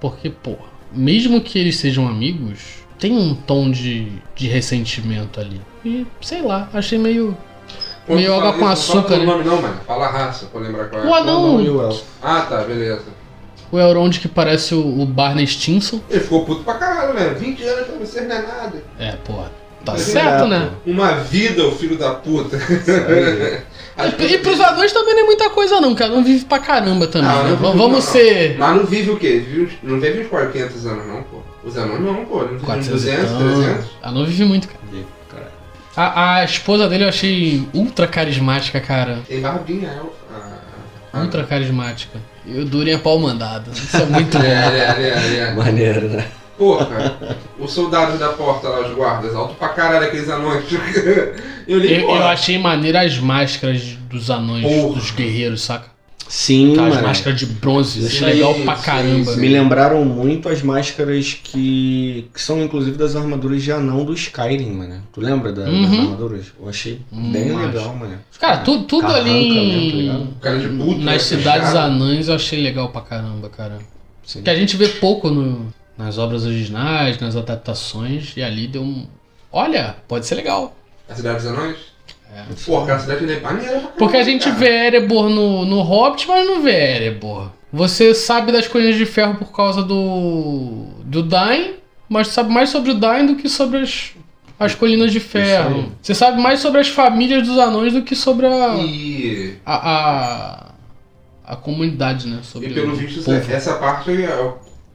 Speaker 1: Porque, pô, mesmo que eles sejam amigos, tem um tom de, de ressentimento ali. E, sei lá, achei meio.
Speaker 3: Quando
Speaker 1: Meio
Speaker 3: tu fala
Speaker 1: água com
Speaker 3: isso, Não
Speaker 1: açúcar,
Speaker 3: fala o
Speaker 1: né?
Speaker 3: nome não, mano. Fala a raça pra eu lembrar qual é.
Speaker 1: O
Speaker 2: Não, e
Speaker 1: anão.
Speaker 2: o elfo?
Speaker 3: Ah, tá, beleza.
Speaker 1: O Elrond que parece o, o Barney Stinson.
Speaker 3: Ele ficou puto pra caralho, né? 20 anos pra vocês não é nada.
Speaker 1: É, pô, tá
Speaker 2: Mas
Speaker 1: certo,
Speaker 2: é,
Speaker 1: né?
Speaker 3: Uma vida, o filho da puta.
Speaker 2: aí.
Speaker 3: As
Speaker 1: E, e
Speaker 3: pessoas-
Speaker 1: pros anões também não é muita coisa, não, cara. Não vive pra caramba também.
Speaker 3: Ah,
Speaker 1: né?
Speaker 3: não
Speaker 1: V-
Speaker 3: vive
Speaker 1: Vamos
Speaker 3: não.
Speaker 1: ser.
Speaker 3: Mas não vive o quê? Vive uns- Não vive uns 400, 500 anos, não, pô. Os anões não, pô. Não vive uns
Speaker 1: 400 e
Speaker 3: 200,
Speaker 1: tanto.
Speaker 3: 300.
Speaker 1: Anão Ah, vive muito, cara.
Speaker 2: Caralho.
Speaker 1: A, a esposa dele eu achei ultra carismática, cara.
Speaker 3: Tem barbinha, é o. ah, ah,
Speaker 1: Ultra carismática. E o Durin é pau mandado. Isso é
Speaker 3: [laughs]
Speaker 1: muito
Speaker 3: É,
Speaker 1: bom.
Speaker 3: é, é, é.
Speaker 2: Maneiro, né?
Speaker 3: Porra, os soldados da porta lá, os guardas, alto pra caralho aqueles anões. [laughs] Eu li,
Speaker 1: Eu, eu
Speaker 3: porra.
Speaker 1: achei maneiro as máscaras dos anões,
Speaker 3: Porra.
Speaker 1: dos guerreiros, saca?
Speaker 2: Sim,
Speaker 1: Aquelas
Speaker 2: mano.
Speaker 1: máscaras de bronze, achei
Speaker 3: Sim,
Speaker 1: legal pra
Speaker 3: sim,
Speaker 1: caramba.
Speaker 3: sim.
Speaker 2: Me lembraram muito as máscaras que, que são inclusive das armaduras de anão do Skyrim, mano. Tu lembra da- das
Speaker 1: Uhum.
Speaker 2: armaduras? Eu achei
Speaker 1: Hum,
Speaker 2: bem
Speaker 1: acho.
Speaker 2: legal, mano.
Speaker 1: Cara, tu- tudo
Speaker 2: Carranca
Speaker 1: ali
Speaker 2: mesmo, tá
Speaker 1: em...
Speaker 2: ligado?
Speaker 3: Cara de puto, né?
Speaker 1: nas cidades
Speaker 3: Fechado.
Speaker 1: anãs eu achei legal pra caramba, cara.
Speaker 2: Sim.
Speaker 1: Que a gente vê pouco no- nas obras originais, nas adaptações, e ali deu um... Olha, pode ser legal.
Speaker 3: A cidade dos anões?
Speaker 1: É.
Speaker 3: Porra, aquela cidade não é maneira pra caralho,
Speaker 1: Porque a gente
Speaker 3: cara.
Speaker 1: vê Erebor no, no Hobbit, mas não vê Erebor. Você sabe das coisas de ferro por causa do. do Dain, mas tu sabe mais sobre o Dain do que sobre as, as colinas de
Speaker 2: Isso aí.
Speaker 1: ferro. Você sabe mais sobre as famílias dos anões do que sobre a.
Speaker 3: E,
Speaker 1: a. a, a comunidade, né? Sobre
Speaker 3: e pelo
Speaker 1: o
Speaker 3: visto,
Speaker 1: povo.
Speaker 2: é
Speaker 3: essa- essa parte aí, ó,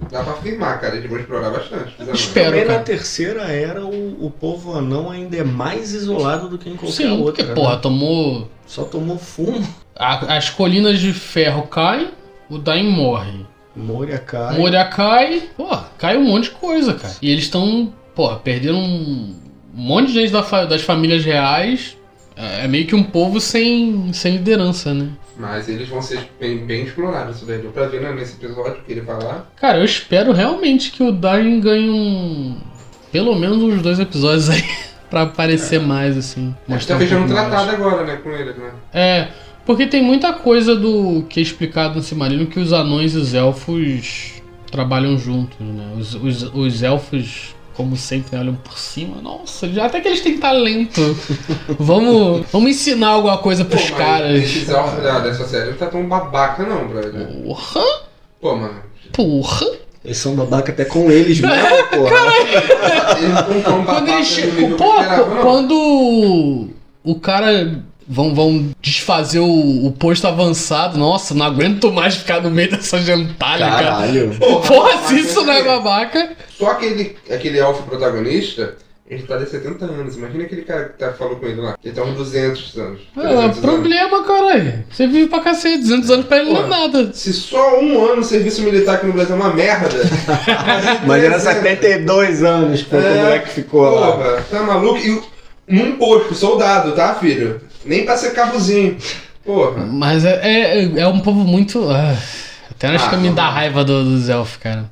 Speaker 3: dá pra afirmar, cara. Eles vão explorar bastante. os anões.
Speaker 1: Espero.
Speaker 2: Também
Speaker 1: cara.
Speaker 2: na terceira era o, o povo anão ainda é mais isolado do que em qualquer
Speaker 1: Sim,
Speaker 2: outra.
Speaker 1: porque,
Speaker 2: né?
Speaker 1: porra, tomou.
Speaker 2: Só tomou fumo.
Speaker 1: a- as colinas de ferro caem, o Dain morre.
Speaker 2: Moria cai.
Speaker 1: Moria cai, pô, cai um monte de coisa, cara. E eles estão, pô, perdendo um monte de gente da fa- das famílias reais. É é meio que um povo sem, sem liderança, né?
Speaker 3: Mas eles vão ser bem, bem explorados. Isso daí deu pra ver né, nesse episódio que ele "Ah, vai lá.
Speaker 1: Cara, eu espero realmente que o Dain ganhe um. Pelo menos uns dois episódios aí. [laughs] pra aparecer mais, assim.
Speaker 3: A gente tá
Speaker 1: um
Speaker 3: fechando um
Speaker 1: pouco mais.
Speaker 3: tratado agora, né, com eles, né?
Speaker 1: É, porque tem muita coisa do que é explicado no Silmarillion que os anões e os elfos trabalham juntos, né? Os, os, os elfos, como sempre, né, olham por cima. Nossa, já- até que eles têm
Speaker 3: [laughs]
Speaker 1: talento. vamos, vamos ensinar alguma coisa
Speaker 3: Pô,
Speaker 1: pros
Speaker 3: mas
Speaker 1: caras. É.
Speaker 3: Esses elfos da- dessa série não tá tão babaca, não, brother.
Speaker 1: Porra,
Speaker 3: Pô, mano.
Speaker 1: porra.
Speaker 2: Eles são babaca até com eles
Speaker 1: [laughs]
Speaker 2: mesmo, porra.
Speaker 3: Eles não tão
Speaker 1: Quando ele
Speaker 3: babaca no nível que
Speaker 1: chega.
Speaker 3: eu
Speaker 1: Pô,
Speaker 3: esperava, não.
Speaker 1: quando o cara. Vão, vão desfazer o, o posto avançado. Nossa, não aguento mais ficar no meio dessa gentalha, cara.
Speaker 2: Caralho.
Speaker 1: Porra,
Speaker 3: babaca
Speaker 1: se isso não é
Speaker 3: dele.
Speaker 1: babaca.
Speaker 3: Só aquele, aquele elfo protagonista, ele tá de 70 anos. Imagina aquele cara que tá, falou com ele lá. Ele tá uns 200 anos.
Speaker 1: Ah,
Speaker 3: 300 anos.
Speaker 1: problema, caralho. Você vive pra cacete, 200 anos pra ele não é
Speaker 3: Porra.
Speaker 1: nada.
Speaker 3: Se só um ano de serviço militar aqui no Brasil é uma merda.
Speaker 2: Imagina
Speaker 3: 70
Speaker 2: 72 anos, pô, que o
Speaker 3: É,
Speaker 2: moleque ficou lá.
Speaker 3: Porra, tá maluco? E o- num posto, soldado, tá, filho? Nem pra ser cabuzinho. Porra.
Speaker 1: Mas é, é, é um povo muito. ah, até acho
Speaker 3: Ah,
Speaker 1: que me dá
Speaker 3: não.
Speaker 1: raiva do- dos elfos, cara.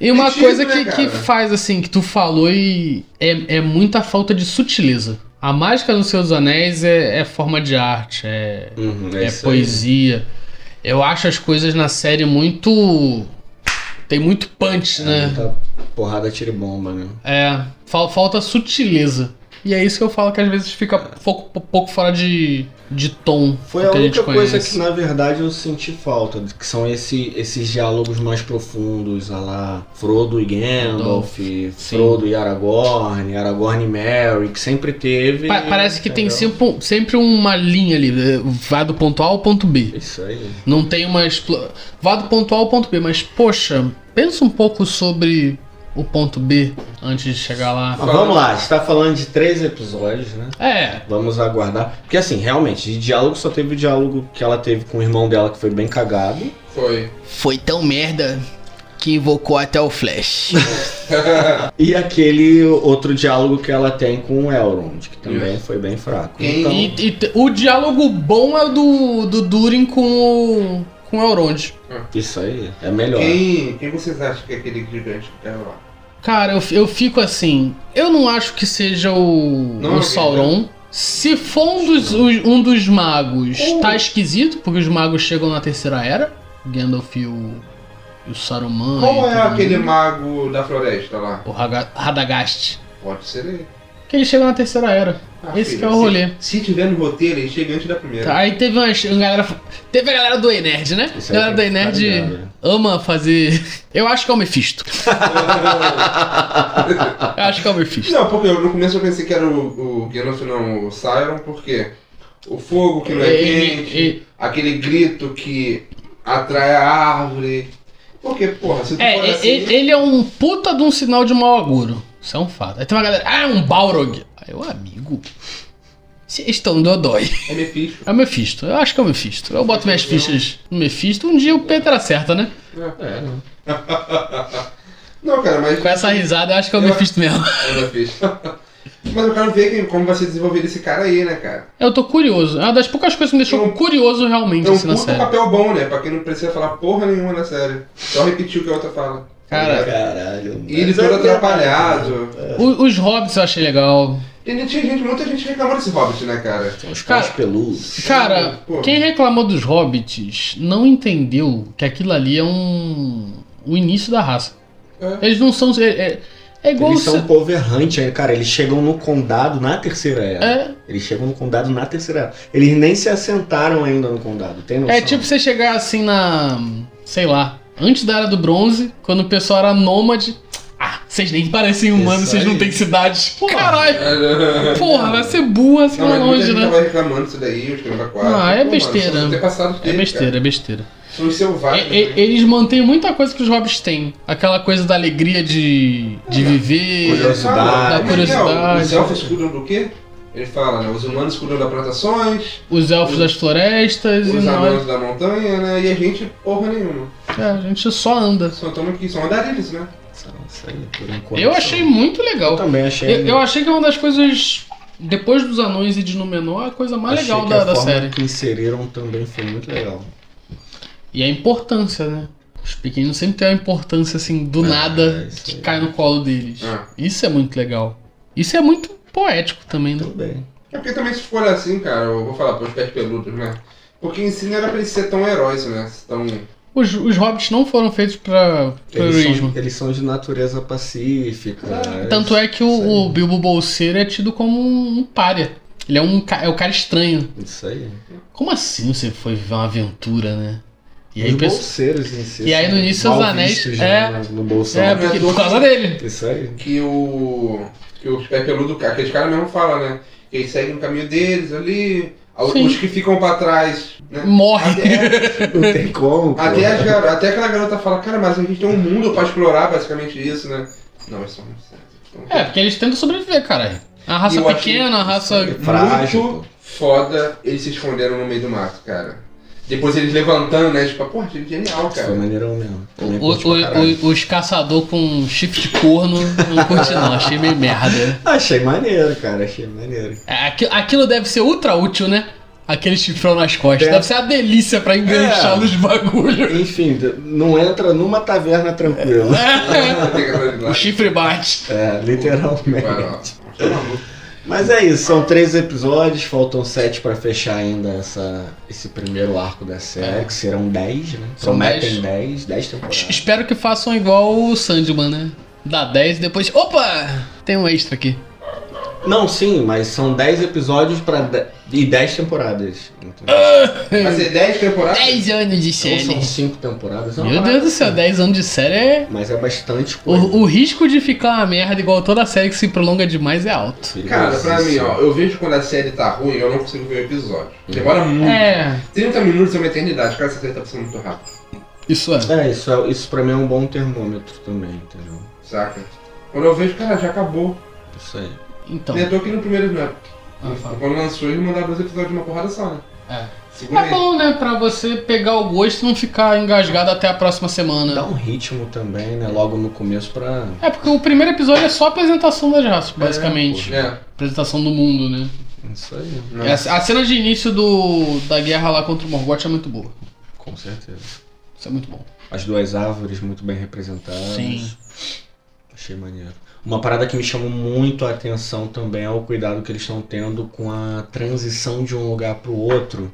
Speaker 1: E uma
Speaker 3: Metido,
Speaker 1: coisa
Speaker 3: né,
Speaker 1: que, que
Speaker 3: cara?
Speaker 1: faz, assim, que tu falou e é, é muita falta de sutileza. A mágica nos seus anéis é, é forma de arte, é,
Speaker 2: Uhum,
Speaker 1: é
Speaker 2: isso aí.
Speaker 1: poesia. Eu acho as coisas na série muito. Tem muito punch, né?
Speaker 2: Muita tá porrada tira e bomba, né?
Speaker 1: É, fal- falta sutileza. E é isso que eu falo que às vezes fica pouco, pouco fora de, de tom
Speaker 2: Foi
Speaker 1: do
Speaker 2: a
Speaker 1: É que a gente
Speaker 2: única coisa
Speaker 1: conhece.
Speaker 2: que, na verdade, eu senti falta, que são esse- esses diálogos mais profundos, a lá Frodo e Gandalf, Frodo e Aragorn, Aragorn e Merry, que sempre teve.
Speaker 1: Pa- parece que tem
Speaker 2: entendeu?
Speaker 1: sempre, um, sempre uma linha ali, eh, vai do ponto A ao ponto B.
Speaker 2: Isso aí.
Speaker 1: Não tem uma. explo- Vá do ponto A ao ponto B, mas poxa, pensa um pouco sobre o ponto B antes de chegar lá.
Speaker 2: Mas vamos lá, a gente tá falando de três episódios, né?
Speaker 1: É,
Speaker 2: Vamos aguardar. Porque assim, realmente, de diálogo só teve o diálogo que ela teve com o irmão dela, que foi bem cagado.
Speaker 3: Foi.
Speaker 1: foi tão merda que invocou até o Flash.
Speaker 2: E aquele outro diálogo que ela tem com o Elrond, que também foi bem fraco.
Speaker 3: E-
Speaker 2: Então,
Speaker 1: E, e t- o diálogo bom é o do, do Durin com o, com o Elrond.
Speaker 2: isso aí é melhor.
Speaker 3: Quem, quem vocês acham que é aquele gigante que caiu lá?
Speaker 1: Cara, eu, eu fico assim. Eu não acho que seja o,
Speaker 3: Não, é
Speaker 1: o
Speaker 3: não.
Speaker 1: Sauron. Se for um dos, os- um dos magos,
Speaker 2: Ou-
Speaker 1: tá esquisito, porque os magos chegam na terceira era. Gandalf e o, e o Saruman.
Speaker 3: Qual
Speaker 1: e
Speaker 3: é
Speaker 1: todo
Speaker 3: aquele
Speaker 1: mundo.
Speaker 3: mago da floresta lá?
Speaker 1: O Raga- Radagast.
Speaker 3: Pode ser ele.
Speaker 1: Que ele chega na terceira era.
Speaker 3: Ah,
Speaker 1: Esse que
Speaker 3: filho, é
Speaker 1: é o
Speaker 3: se-
Speaker 1: rolê.
Speaker 3: Se tiver no roteiro, ele chega antes da primeira.
Speaker 1: Tá, aí teve uma, uma galera. Teve a galera do Ei Nerd, né?
Speaker 2: Isso
Speaker 1: A
Speaker 2: aí
Speaker 3: é
Speaker 1: galera do Ei
Speaker 2: tem que
Speaker 1: Nerd
Speaker 2: ficar ligado, né?
Speaker 1: ama fazer. [laughs] Eu acho que é o Mephisto. então.
Speaker 3: [laughs]
Speaker 1: Eu acho que é o Mephisto.
Speaker 3: Não, porque eu, no começo eu pensei que era o, o Gandalf, não, o Sauron, porque o fogo que não é
Speaker 1: Ele-
Speaker 3: quente,
Speaker 1: ele-
Speaker 3: aquele grito que atrai a árvore. Porque, porra, se tu
Speaker 1: É,
Speaker 3: for
Speaker 1: e-
Speaker 3: assim,
Speaker 1: e- ele é um puta de um sinal de mau agouro. Isso é um fato. Aí tem uma galera. Ah, é um Balrog. Aí eu, amigo. Vocês estão no Dodói. [laughs]
Speaker 3: é Mephisto.
Speaker 1: É o Mephisto. Eu acho que é o Mephisto. Eu boto minhas fichas no Mephisto. Um dia o Peter acerta, né?
Speaker 2: É, né?
Speaker 3: Não, cara, mas
Speaker 1: Com essa risada, eu acho que é o Mephisto mesmo. [laughs]
Speaker 3: é o Mephisto. mas eu quero ver quem- como vai ser desenvolvido esse cara aí, né, cara?
Speaker 1: Eu tô curioso. É uma das poucas coisas que me deixou
Speaker 3: É um-
Speaker 1: curioso
Speaker 3: É
Speaker 1: realmente
Speaker 3: um
Speaker 1: assim na
Speaker 3: puta
Speaker 1: série.
Speaker 3: papel bom, né? Pra quem não precisa falar porra nenhuma na série. Só repetir o que a outra fala. Tá
Speaker 1: Cara,
Speaker 2: Caralho.
Speaker 3: E ele todo atrapalhado.
Speaker 1: O- os hobbits eu achei legal.
Speaker 3: E tinha gente, muita gente reclamou desse Hobbit, né, cara?
Speaker 2: Os
Speaker 1: Cara-
Speaker 2: caras peludos.
Speaker 1: Cara,
Speaker 3: Pô.
Speaker 1: quem reclamou dos hobbits não entendeu que aquilo ali é um. o início da raça.
Speaker 3: É.
Speaker 1: Eles não são. É, é- é igual.
Speaker 2: Eles
Speaker 1: o
Speaker 2: são
Speaker 1: se-
Speaker 2: um povo errante, hein, cara. Eles chegam no condado na terceira era.
Speaker 1: É,
Speaker 2: Eles chegam no condado na terceira era. Eles nem se assentaram ainda no condado, tem noção?
Speaker 1: é tipo você chegar assim na. sei lá, antes da era do bronze, quando o pessoal era nômade. Ah, vocês nem parecem humanos,
Speaker 2: Isso
Speaker 1: vocês não
Speaker 2: aí.
Speaker 1: têm cidades. Caralho!
Speaker 3: Não,
Speaker 1: Porra, vai ser burra assim lá
Speaker 3: mas muita
Speaker 1: longe,
Speaker 3: gente
Speaker 1: né?
Speaker 3: tava reclamando disso daí, os 34.
Speaker 1: Ah, é besteira. É
Speaker 3: É
Speaker 1: besteira, é besteira.
Speaker 3: São os
Speaker 1: E-
Speaker 3: selvagens.
Speaker 1: e-
Speaker 3: né?
Speaker 1: eles mantêm muita coisa que os hobbits têm. Aquela coisa da alegria de, de viver.
Speaker 2: Curioso. curiosidade.
Speaker 3: Ah,
Speaker 1: Da
Speaker 3: mas,
Speaker 1: é. curiosidade.
Speaker 3: não, É. Os elfos cuidam do quê? Ele fala, né? Os humanos cuidam das plantações,
Speaker 1: Os elfos das florestas e
Speaker 3: os
Speaker 1: nós.
Speaker 3: anões da montanha, né? E a gente, porra nenhuma.
Speaker 1: É, a gente só anda.
Speaker 3: Só estamos aqui, são andarilhos, né?
Speaker 2: São- são, por enquanto,
Speaker 1: Eu
Speaker 3: é
Speaker 2: são.
Speaker 1: achei muito
Speaker 2: Eu
Speaker 1: legal.
Speaker 2: também achei.
Speaker 1: Eu, eu achei que é uma das coisas. Depois dos anões e de Númenor, a coisa mais
Speaker 2: achei
Speaker 1: legal
Speaker 2: que é
Speaker 1: da,
Speaker 2: a
Speaker 1: da
Speaker 2: forma
Speaker 1: série.
Speaker 2: que inseriram também foi muito legal.
Speaker 1: E a importância, né? Os pequenos sempre têm uma importância assim, do
Speaker 2: É,
Speaker 1: nada,
Speaker 2: é isso
Speaker 1: que
Speaker 2: aí.
Speaker 1: cai no colo deles.
Speaker 3: Ah.
Speaker 1: Isso é muito legal. Isso é muito poético também, né?
Speaker 2: Tudo bem.
Speaker 3: É porque também se for assim, cara, eu vou falar, pô, os pés peludos, né? Porque em si não era pra eles ser tão heróis, né? Tão...
Speaker 1: Os, os hobbits não foram feitos pra pra
Speaker 2: Eles
Speaker 1: heroísmo.
Speaker 2: são, eles são de natureza pacífica.
Speaker 3: Ah.
Speaker 1: Tanto é que o,
Speaker 2: isso
Speaker 1: o Bilbo Bolseiro é tido como um, um pária. Ele é um ca- é o cara estranho.
Speaker 2: Isso aí.
Speaker 1: Como assim você foi viver uma aventura, né? E aí,
Speaker 2: Os
Speaker 1: pensa-
Speaker 2: bolseiros em si.
Speaker 1: E aí, no
Speaker 2: são
Speaker 1: início, os
Speaker 2: mal
Speaker 1: anéis-
Speaker 2: vistos,
Speaker 1: é.
Speaker 2: né, No bolsão.
Speaker 1: é, porque, por causa dele.
Speaker 2: Isso aí.
Speaker 3: que o que os pé peludo, aqueles caras mesmo falam, né? Que eles seguem o caminho deles ali, a-
Speaker 1: Sim.
Speaker 3: os que ficam pra trás, né?
Speaker 1: Morre.
Speaker 3: Até,
Speaker 2: Não tem como. pô.
Speaker 3: [laughs] até, as gar- até aquela garota fala, cara, mas a gente tem um mundo pra explorar, basicamente isso, né? Não, eles são muito sérios. Então,
Speaker 1: É, porque eles tentam sobreviver, caralho. A raça
Speaker 3: Eu achei-
Speaker 1: pequena, a
Speaker 2: é
Speaker 1: raça.
Speaker 2: Frágil,
Speaker 3: Muito
Speaker 2: pô.
Speaker 3: foda eles se esconderam no meio do mato, cara. Depois eles levantando, né? Tipo, porra, gente, genial,
Speaker 2: Isso foi
Speaker 3: [laughs] cara.
Speaker 2: maneirão mesmo. Também
Speaker 1: O-
Speaker 2: curti pra
Speaker 1: o-
Speaker 2: caralho.
Speaker 1: o- os caçador com chifre de corno não curti não, achei meio merda.
Speaker 2: Achei maneiro, cara. Achei maneiro.
Speaker 1: É, aqui- Aquilo deve ser ultra útil, né? Aquele chifrão nas costas.
Speaker 2: É.
Speaker 1: Deve ser uma delícia pra enganchar
Speaker 2: É.
Speaker 1: nos bagulhos.
Speaker 2: Enfim, d- não entra numa taverna tranquila.
Speaker 1: É. O chifre bate.
Speaker 2: É,
Speaker 3: Vai lá.
Speaker 2: literalmente.
Speaker 3: Tá maluco.
Speaker 2: Mas é isso, são três episódios, faltam sete pra fechar ainda essa, esse primeiro arco da série,
Speaker 1: É.
Speaker 2: que serão dez, né?
Speaker 1: São
Speaker 2: Prometem dez, dez
Speaker 1: Es-
Speaker 2: temporadas.
Speaker 1: Espero que façam igual o Sandman, né? Dá 10 e depois. Opa! Tem um extra aqui.
Speaker 2: Não, sim, mas são dez episódios pra de- e dez temporadas. entendeu?
Speaker 1: Ah,
Speaker 3: Vai ser 10
Speaker 2: Tá.
Speaker 3: temporadas?
Speaker 1: 10 anos de
Speaker 2: Então são
Speaker 1: série.
Speaker 2: cinco temporadas. é uma
Speaker 1: Meu Deus
Speaker 2: parada
Speaker 1: do céu,
Speaker 2: assim.
Speaker 1: 10 anos de série é.
Speaker 2: Mas é bastante coisa.
Speaker 1: O, o risco de ficar uma merda igual toda série que se prolonga demais é alto.
Speaker 3: Cara, pra mim, ó, eu vejo quando a série tá ruim, eu não consigo ver o episódio. Demora muito.
Speaker 1: É,
Speaker 3: 30 minutos é uma eternidade, cara, essa série tá passando muito rápido,
Speaker 1: isso é.
Speaker 2: É, isso, é, isso pra mim é um bom termômetro também, entendeu?
Speaker 3: saca? Quando eu vejo, cara, já acabou.
Speaker 2: Isso aí.
Speaker 1: Então.
Speaker 3: Nem à toa que no primeiro, né?
Speaker 1: Ah, fala.
Speaker 3: Quando lançou, eles mandaram dois episódios de uma porrada só, né?
Speaker 1: É.
Speaker 3: Segura
Speaker 1: É
Speaker 3: aí.
Speaker 1: bom, né? Pra você pegar o gosto e não ficar engasgado até a próxima
Speaker 2: Dá
Speaker 1: semana.
Speaker 2: um ritmo também, né? Logo no começo pra.
Speaker 1: É porque o primeiro episódio é só a apresentação das raças, basicamente.
Speaker 3: É,
Speaker 1: apresentação do mundo, né?
Speaker 2: Isso aí.
Speaker 3: não.
Speaker 1: É, A cena de início do, da guerra lá contra o Morgoth é muito boa.
Speaker 2: Com certeza.
Speaker 1: Isso é muito bom.
Speaker 2: As duas árvores muito bem representadas.
Speaker 1: Sim.
Speaker 2: As Achei maneiro. Uma parada que me chamou muito a atenção também é o cuidado que eles estão tendo com a transição de um lugar pro outro.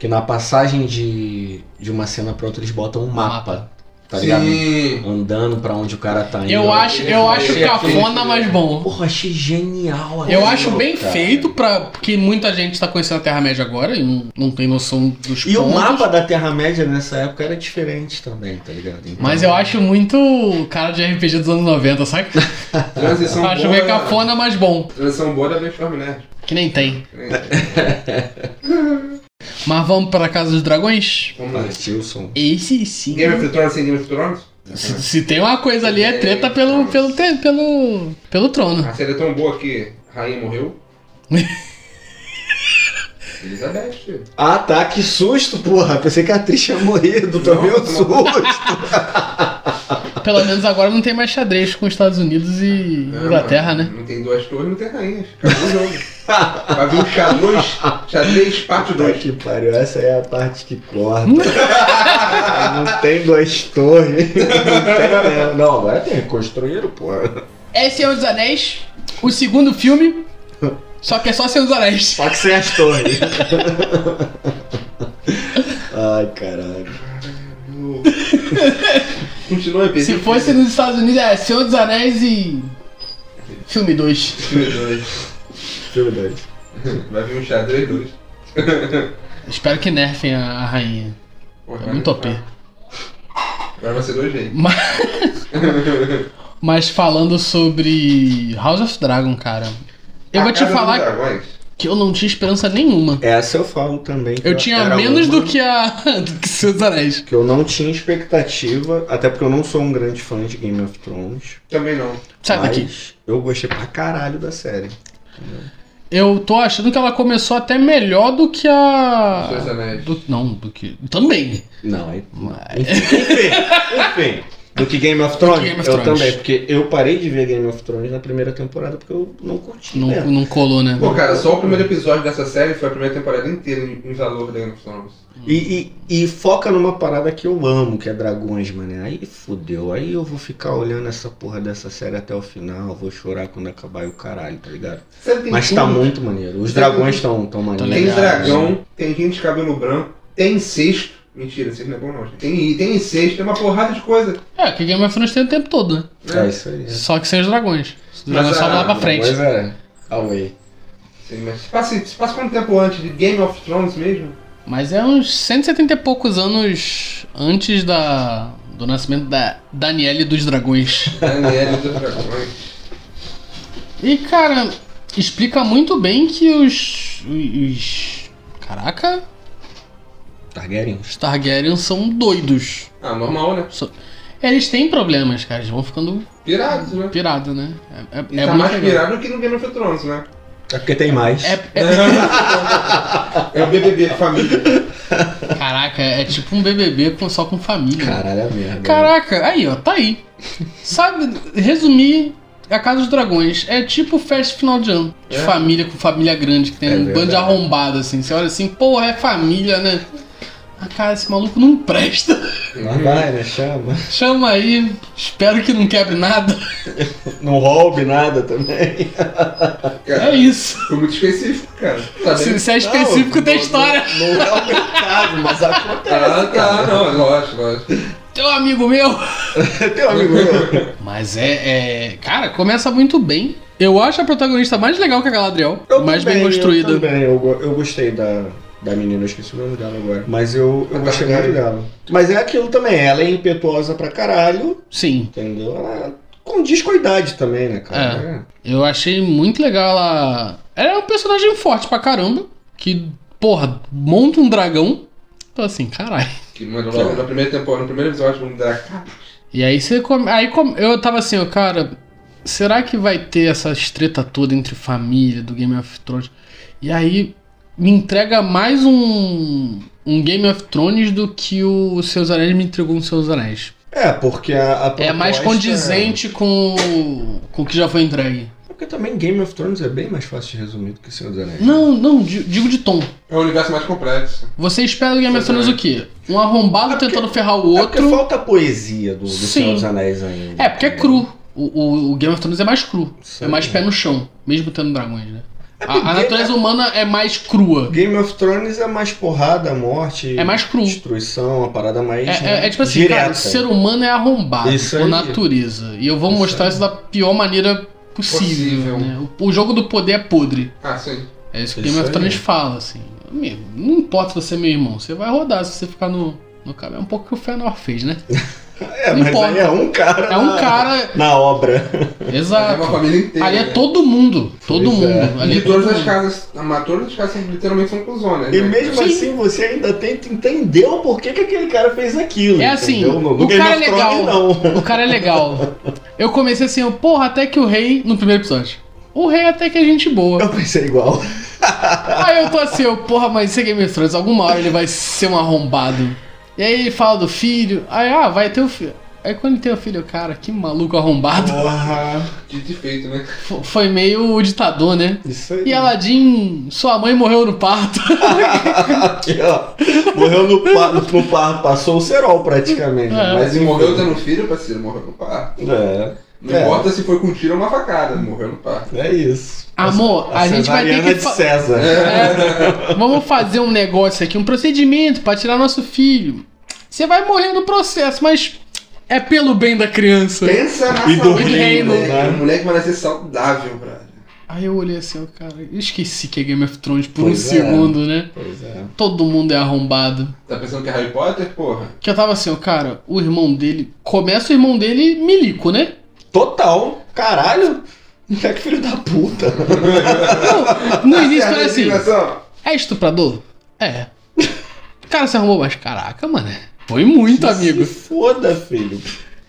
Speaker 2: Que na passagem de, de uma cena pra outra eles botam um mapa, tá ligado?
Speaker 1: né?
Speaker 3: Sim.
Speaker 2: Andando pra onde o cara tá indo.
Speaker 1: Eu acho, eu acho
Speaker 2: Achei é aquele-
Speaker 1: cafona, mas é bom.
Speaker 2: Porra, achei genial.
Speaker 1: Eu
Speaker 2: aquilo,
Speaker 1: acho bem
Speaker 2: cara.
Speaker 1: feito pra. Porque muita gente tá conhecendo a Terra-média agora e não, não tem noção dos
Speaker 2: E o
Speaker 1: pontos.
Speaker 2: mapa da Terra-média nessa época era diferente também, tá ligado? Então-
Speaker 1: Mas eu acho muito cara de RPG dos anos 90, sabe?
Speaker 3: Transição
Speaker 1: [laughs] Eu
Speaker 3: boa.
Speaker 1: acho meio cafona, mas bom.
Speaker 3: Transição boa da Brainstorm Nerd.
Speaker 1: Que nem tem. Mas vamos pra Casa dos Dragões?
Speaker 3: Vamos lá.
Speaker 2: Partiu o som.
Speaker 1: Esse sim.
Speaker 3: Game of Thrones sem Game of Thrones?
Speaker 1: Se, se tem uma coisa ali é treta pelo, pelo, te- pelo, pelo trono.
Speaker 3: A série é tão boa que
Speaker 1: [laughs]
Speaker 3: Rainha morreu. Elizabeth.
Speaker 2: Ah tá, que susto, porra. Pensei que a atriz tinha morrido, também
Speaker 3: Não,
Speaker 2: um susto.
Speaker 1: Pelo menos agora não tem mais xadrez com os Estados Unidos e
Speaker 3: Não,
Speaker 1: Inglaterra,
Speaker 3: É, mano,
Speaker 1: né?
Speaker 3: Não tem duas torres, não tem rainhas. Acabou o jogo. Vai vir o xadrez, xadrez
Speaker 1: [laughs]
Speaker 3: parte 2.
Speaker 2: que pariu, essa é a parte que corta.
Speaker 1: né?
Speaker 2: Ah, não tem duas torres. Não tem mesmo. Não, agora tem, construíram, porra.
Speaker 1: Esse é Os Anéis, o segundo filme, só que é só Senhor dos Anéis.
Speaker 2: Só que sem as torres. Ai, caralho.
Speaker 3: Continua aí,
Speaker 1: Se fosse nos Estados Unidos é Senhor dos Anéis e. Filme 2.
Speaker 3: Filme 2.
Speaker 2: Filme dois.
Speaker 3: Vai vir um xadrez 2.
Speaker 1: Espero que nerfem a a rainha. É muito OP.
Speaker 3: Agora né? Ah, vai ser dois jeitos.
Speaker 1: Mas, mas falando sobre House of Dragon, cara. Eu
Speaker 3: A
Speaker 1: vou te
Speaker 3: Casa dos
Speaker 1: falar
Speaker 3: Dragões.
Speaker 1: que eu não tinha esperança nenhuma.
Speaker 2: Essa eu falo também. que
Speaker 1: Eu tinha
Speaker 2: era
Speaker 1: menos
Speaker 2: uma
Speaker 1: do que a. [laughs] do que Senhor dos Anéis.
Speaker 2: Que eu não tinha expectativa, até porque eu não sou um grande fã de Game of Thrones.
Speaker 3: Também não.
Speaker 1: Sai
Speaker 2: mas
Speaker 1: daqui.
Speaker 2: Eu gostei pra caralho da série.
Speaker 1: Eu tô achando que ela começou até melhor do que
Speaker 3: Dois
Speaker 1: a.
Speaker 3: anéis.
Speaker 1: do- não, do que. Também.
Speaker 2: Não, aí.
Speaker 1: Mas-
Speaker 2: Enfim, enfim, enfim. Do que Game of Thrones?
Speaker 1: Game of
Speaker 2: eu
Speaker 1: Thrones.
Speaker 2: também, porque eu parei de ver Game of Thrones na primeira temporada porque eu não curti.
Speaker 1: Não,
Speaker 2: mesmo.
Speaker 1: não colou, né?
Speaker 3: Pô, cara, só o primeiro episódio dessa série foi a primeira temporada inteira em em valor da Game of Thrones.
Speaker 2: E, e- e foca numa parada que eu amo, que é dragões, mano. Aí fudeu. Aí eu vou ficar olhando essa porra dessa série até o final. Vou chorar quando acabar e o caralho, tá ligado?
Speaker 3: Sério, tem
Speaker 2: Mas
Speaker 3: tudo.
Speaker 2: tá muito né? maneiro. Os dragões estão tão maneiros.
Speaker 3: Tem
Speaker 1: Legal.
Speaker 3: dragão, tem gente de cabelo branco, tem incesto. Mentira, incesto não é bom não, gente. Tem, tem incesto, tem uma porrada de coisa.
Speaker 1: É, que Game of Thrones tem o tempo todo, né?
Speaker 2: É isso aí.
Speaker 1: Só que sem os dragões. Os dragões
Speaker 3: Mas
Speaker 1: só
Speaker 3: a-
Speaker 1: vão lá pra frente.
Speaker 2: Mas é. Away.
Speaker 3: Sim, mas se passa, se passa quanto tempo antes de Game of Thrones mesmo?
Speaker 1: Mas é uns 170 e poucos anos antes da, do nascimento da Daniele dos Dragões.
Speaker 3: Daniel dos Dragões.
Speaker 1: E, cara, explica muito bem que os. os caraca,
Speaker 2: Targaryen.
Speaker 1: os Targaryen são doidos.
Speaker 3: Ah, normal, né?
Speaker 1: São- Eles têm problemas, cara. Eles vão ficando
Speaker 3: Pirados, né?
Speaker 1: pirados, né? É,
Speaker 3: E
Speaker 1: é- é
Speaker 3: tá
Speaker 1: muito
Speaker 3: mais
Speaker 1: legal.
Speaker 3: pirado que no Game of Thrones, né?
Speaker 2: É porque tem mais.
Speaker 1: É,
Speaker 3: É o BBB, família.
Speaker 1: é- [laughs] caraca, é tipo um BBB com- só com família.
Speaker 2: Caralho, é merda.
Speaker 1: Caraca, aí ó, tá aí. Sabe, resumir a Casa dos Dragões é tipo festa de final de ano. De
Speaker 3: É.
Speaker 1: família com família grande, que tem
Speaker 2: É
Speaker 1: um bando
Speaker 2: verdade.
Speaker 1: de arrombado assim. Você olha assim, porra, é família, né? Ah, cara, esse maluco não presta.
Speaker 2: Mas vai, né? Chama.
Speaker 1: Chama aí, espero que não quebre nada.
Speaker 2: Não roube nada também.
Speaker 1: É
Speaker 3: Cara,
Speaker 2: [laughs]
Speaker 1: isso.
Speaker 3: foi muito específico, cara. Tá bem?
Speaker 1: Se, se é específico,
Speaker 2: Não,
Speaker 1: tem
Speaker 2: não-
Speaker 1: história.
Speaker 2: Não, não é o meu caso, mas é acontece.
Speaker 3: Ah, tá, não, lógico, lógico.
Speaker 1: Teu amigo meu.
Speaker 2: Teu amigo meu.
Speaker 1: Mas é, é- Cara, começa muito bem. Eu acho a protagonista mais legal que a Galadriel.
Speaker 2: Eu
Speaker 1: mais
Speaker 2: também,
Speaker 1: bem construída.
Speaker 2: Eu, também, eu, go- eu gostei da, da menina, eu esqueci o nome dela agora. Mas eu, eu
Speaker 3: A
Speaker 2: gostei muito
Speaker 3: Targaryen.
Speaker 2: dela. Mas é aquilo também, ela é impetuosa pra caralho,
Speaker 1: Sim. É.
Speaker 2: entendeu? Ela condiz com a idade também, né, cara?
Speaker 1: Eu achei muito legal ela. Ela é um personagem forte pra caramba. Que, porra, monta um dragão. Tô assim, caralho.
Speaker 3: Que, mano, logo na primeira temporada, no primeiro episódio, vamos dar capa.
Speaker 1: E aí você. come- Aí come- eu tava assim, ó, cara. Será que vai ter essa treta toda entre família do Game of Thrones? E aí me entrega mais um, um Game of Thrones do que o Seus Anéis me entregou no Seus Anéis.
Speaker 2: É, porque a, a
Speaker 1: É mais
Speaker 2: proposta-
Speaker 1: condizente com, o- com o que já foi entregue.
Speaker 2: É Porque também Game of Thrones é bem mais fácil de resumir do que Senhor dos Anéis. É
Speaker 1: Não, não, di- digo de tom.
Speaker 3: É o universo mais complexo.
Speaker 1: Você espera do Game of Thrones o quê? Um arrombado
Speaker 2: É porque-
Speaker 1: tentando ferrar o
Speaker 2: É porque
Speaker 1: outro.
Speaker 2: falta a poesia do, do
Speaker 1: Sim.
Speaker 2: Senhor dos Anéis ainda. né?
Speaker 1: É porque é cru. O, o- o Game of Thrones é mais cru.
Speaker 2: Sim. É
Speaker 1: É mais pé no chão, mesmo tendo dragões, né? A, a
Speaker 2: porque-
Speaker 1: natureza humana é mais crua.
Speaker 2: Game of Thrones é mais porrada, morte,
Speaker 1: É mais cru.
Speaker 2: destruição, a parada mais.
Speaker 1: É,
Speaker 2: né,
Speaker 1: é- é tipo assim,
Speaker 2: direta.
Speaker 1: cara, o ser humano é arrombado
Speaker 2: Isso
Speaker 1: por
Speaker 2: aí.
Speaker 1: natureza. E eu vou
Speaker 2: Isso
Speaker 1: mostrar
Speaker 2: aí.
Speaker 1: isso da pior maneira possível.
Speaker 3: Possível.
Speaker 1: né? O, o jogo do poder é podre.
Speaker 3: Ah, sim.
Speaker 1: É isso que o
Speaker 2: Isso
Speaker 1: Game of
Speaker 2: aí.
Speaker 1: Thrones fala, assim. Amigo, não importa se você é meu irmão, você vai rodar se você ficar no, no cara. É um pouco o que o Fëanor fez, né?
Speaker 2: É,
Speaker 1: não
Speaker 2: mas
Speaker 1: importa.
Speaker 2: aí é um cara.
Speaker 1: É
Speaker 2: [laughs]
Speaker 1: um
Speaker 2: na-
Speaker 1: cara.
Speaker 2: Na obra.
Speaker 3: É
Speaker 1: Exato.
Speaker 3: uma família inteira.
Speaker 1: Ali é
Speaker 3: né?
Speaker 1: todo mundo. Todo
Speaker 2: Pois
Speaker 1: mundo.
Speaker 2: é.
Speaker 1: Ali é
Speaker 3: E todas
Speaker 1: todo
Speaker 3: as
Speaker 1: mundo.
Speaker 3: casas, mas todas as casas literalmente são cozonas.
Speaker 2: E
Speaker 3: né?
Speaker 2: mesmo
Speaker 1: Sim.
Speaker 2: assim você ainda tenta entender o porquê que aquele cara fez aquilo.
Speaker 1: É assim,
Speaker 2: entendeu? No, no
Speaker 1: o
Speaker 2: Game
Speaker 1: cara
Speaker 2: of
Speaker 1: é
Speaker 2: Thrones,
Speaker 1: legal.
Speaker 2: não. [laughs]
Speaker 1: O cara é legal. Eu comecei assim, eu, porra, até que o rei. No primeiro episódio. O rei até que é gente boa.
Speaker 2: Eu pensei igual.
Speaker 1: Aí eu tô assim, eu, porra, mas isso é Game of Thrones, alguma hora ele vai ser um arrombado. E aí ele fala do filho, aí, ah, vai ter o filho. Aí quando ele tem o filho, eu, cara, que maluco arrombado.
Speaker 2: Porra.
Speaker 3: Dito e feito, né?
Speaker 1: F- Foi meio o ditador, né?
Speaker 2: Isso aí.
Speaker 1: E Aladdin, sua mãe morreu no parto.
Speaker 2: Aqui, ó. Morreu no par, no par, passou o cerol praticamente.
Speaker 1: É.
Speaker 2: Mas
Speaker 3: Mas se morreu
Speaker 2: também.
Speaker 3: tendo um filho, parceiro, morreu no par.
Speaker 2: É,
Speaker 3: Não
Speaker 2: É.
Speaker 3: importa se foi com um tiro ou uma facada, morreu no par.
Speaker 2: é isso.
Speaker 1: Amor, a, gente vai ter
Speaker 2: cesariana
Speaker 1: que.
Speaker 2: de
Speaker 1: fa-
Speaker 2: César.
Speaker 1: É, vamos fazer um negócio aqui, um procedimento pra tirar nosso filho. Você vai morrer no processo, mas é pelo bem da criança.
Speaker 3: Pensa na
Speaker 2: E
Speaker 3: saúde
Speaker 2: dormindo,
Speaker 3: do reino.
Speaker 2: né?
Speaker 3: O moleque vai nascer saudável, brother.
Speaker 1: Aí eu olhei assim, eu, cara, eu esqueci que é Game of Thrones por um
Speaker 2: Pois é.
Speaker 1: segundo, né?
Speaker 2: Pois é.
Speaker 1: Todo mundo é arrombado.
Speaker 3: Tá pensando que é Harry Potter? Porra.
Speaker 1: Que eu tava assim, ó, cara, o irmão dele. Começa o irmão dele milico, né?
Speaker 2: Total. Caralho. É que filho da puta.
Speaker 1: Não,
Speaker 2: [laughs]
Speaker 1: no
Speaker 2: É
Speaker 1: início era assim,
Speaker 3: Imaginação.
Speaker 1: é estuprador? É. Cara, você arrumou, mas caraca, mano. Foi muito, amigo.
Speaker 2: Se foda, filho.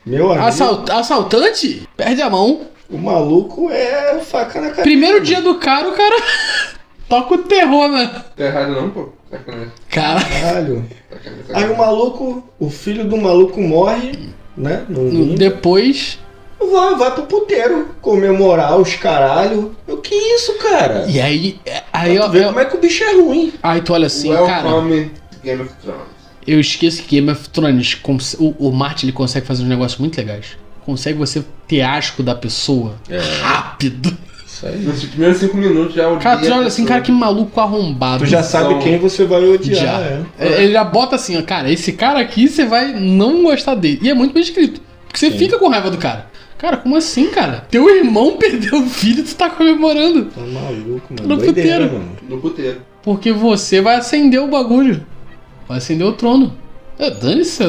Speaker 2: Meu amigo.
Speaker 1: Assalt- assaltante? Perde a mão.
Speaker 2: O maluco é faca na cara.
Speaker 1: Primeiro dia do cara, o cara [laughs] toca o terror, né?
Speaker 3: Tá errado não, pô. Sacanagem.
Speaker 1: Cara,
Speaker 2: Caralho.
Speaker 3: Sacanagem.
Speaker 2: Aí o
Speaker 3: sacanagem.
Speaker 2: maluco, o filho do maluco morre, né? Num ringue.
Speaker 1: depois.
Speaker 2: Vai, vai pro puteiro comemorar os caralho. Eu, que isso, cara?
Speaker 1: E aí. Aí,
Speaker 2: Aí,
Speaker 1: ó,
Speaker 2: tu vê
Speaker 1: eu-
Speaker 2: como é que o bicho é ruim.
Speaker 1: aí tu olha assim, cara.
Speaker 3: Welcome Game of Thrones.
Speaker 1: Eu esqueço que Game of Thrones, cons- o, o Martin ele consegue fazer uns negócios muito legais. Consegue você ter asco da pessoa
Speaker 2: É.
Speaker 1: rápido.
Speaker 2: Isso aí.
Speaker 3: Nos primeiros cinco minutos já odia.
Speaker 1: Cara, tu
Speaker 3: a
Speaker 1: olha assim,
Speaker 3: pessoa.
Speaker 1: cara, que maluco arrombado.
Speaker 2: Tu já sabe
Speaker 3: Então-
Speaker 2: quem você vai odiar.
Speaker 1: Já.
Speaker 2: é.
Speaker 1: É, Ele já bota assim, ó, cara, esse cara aqui você vai não gostar dele. E é muito bem escrito. Porque você
Speaker 2: Sim.
Speaker 1: fica com raiva do cara. Cara, como assim, cara? Teu irmão [laughs] perdeu o filho e tu tá comemorando.
Speaker 2: Tá maluco, mano.
Speaker 1: No
Speaker 2: Doideira,
Speaker 1: puteiro.
Speaker 2: mano.
Speaker 3: No puteiro.
Speaker 1: Porque você vai acender o bagulho. Vai acender o trono. É, Dane-se,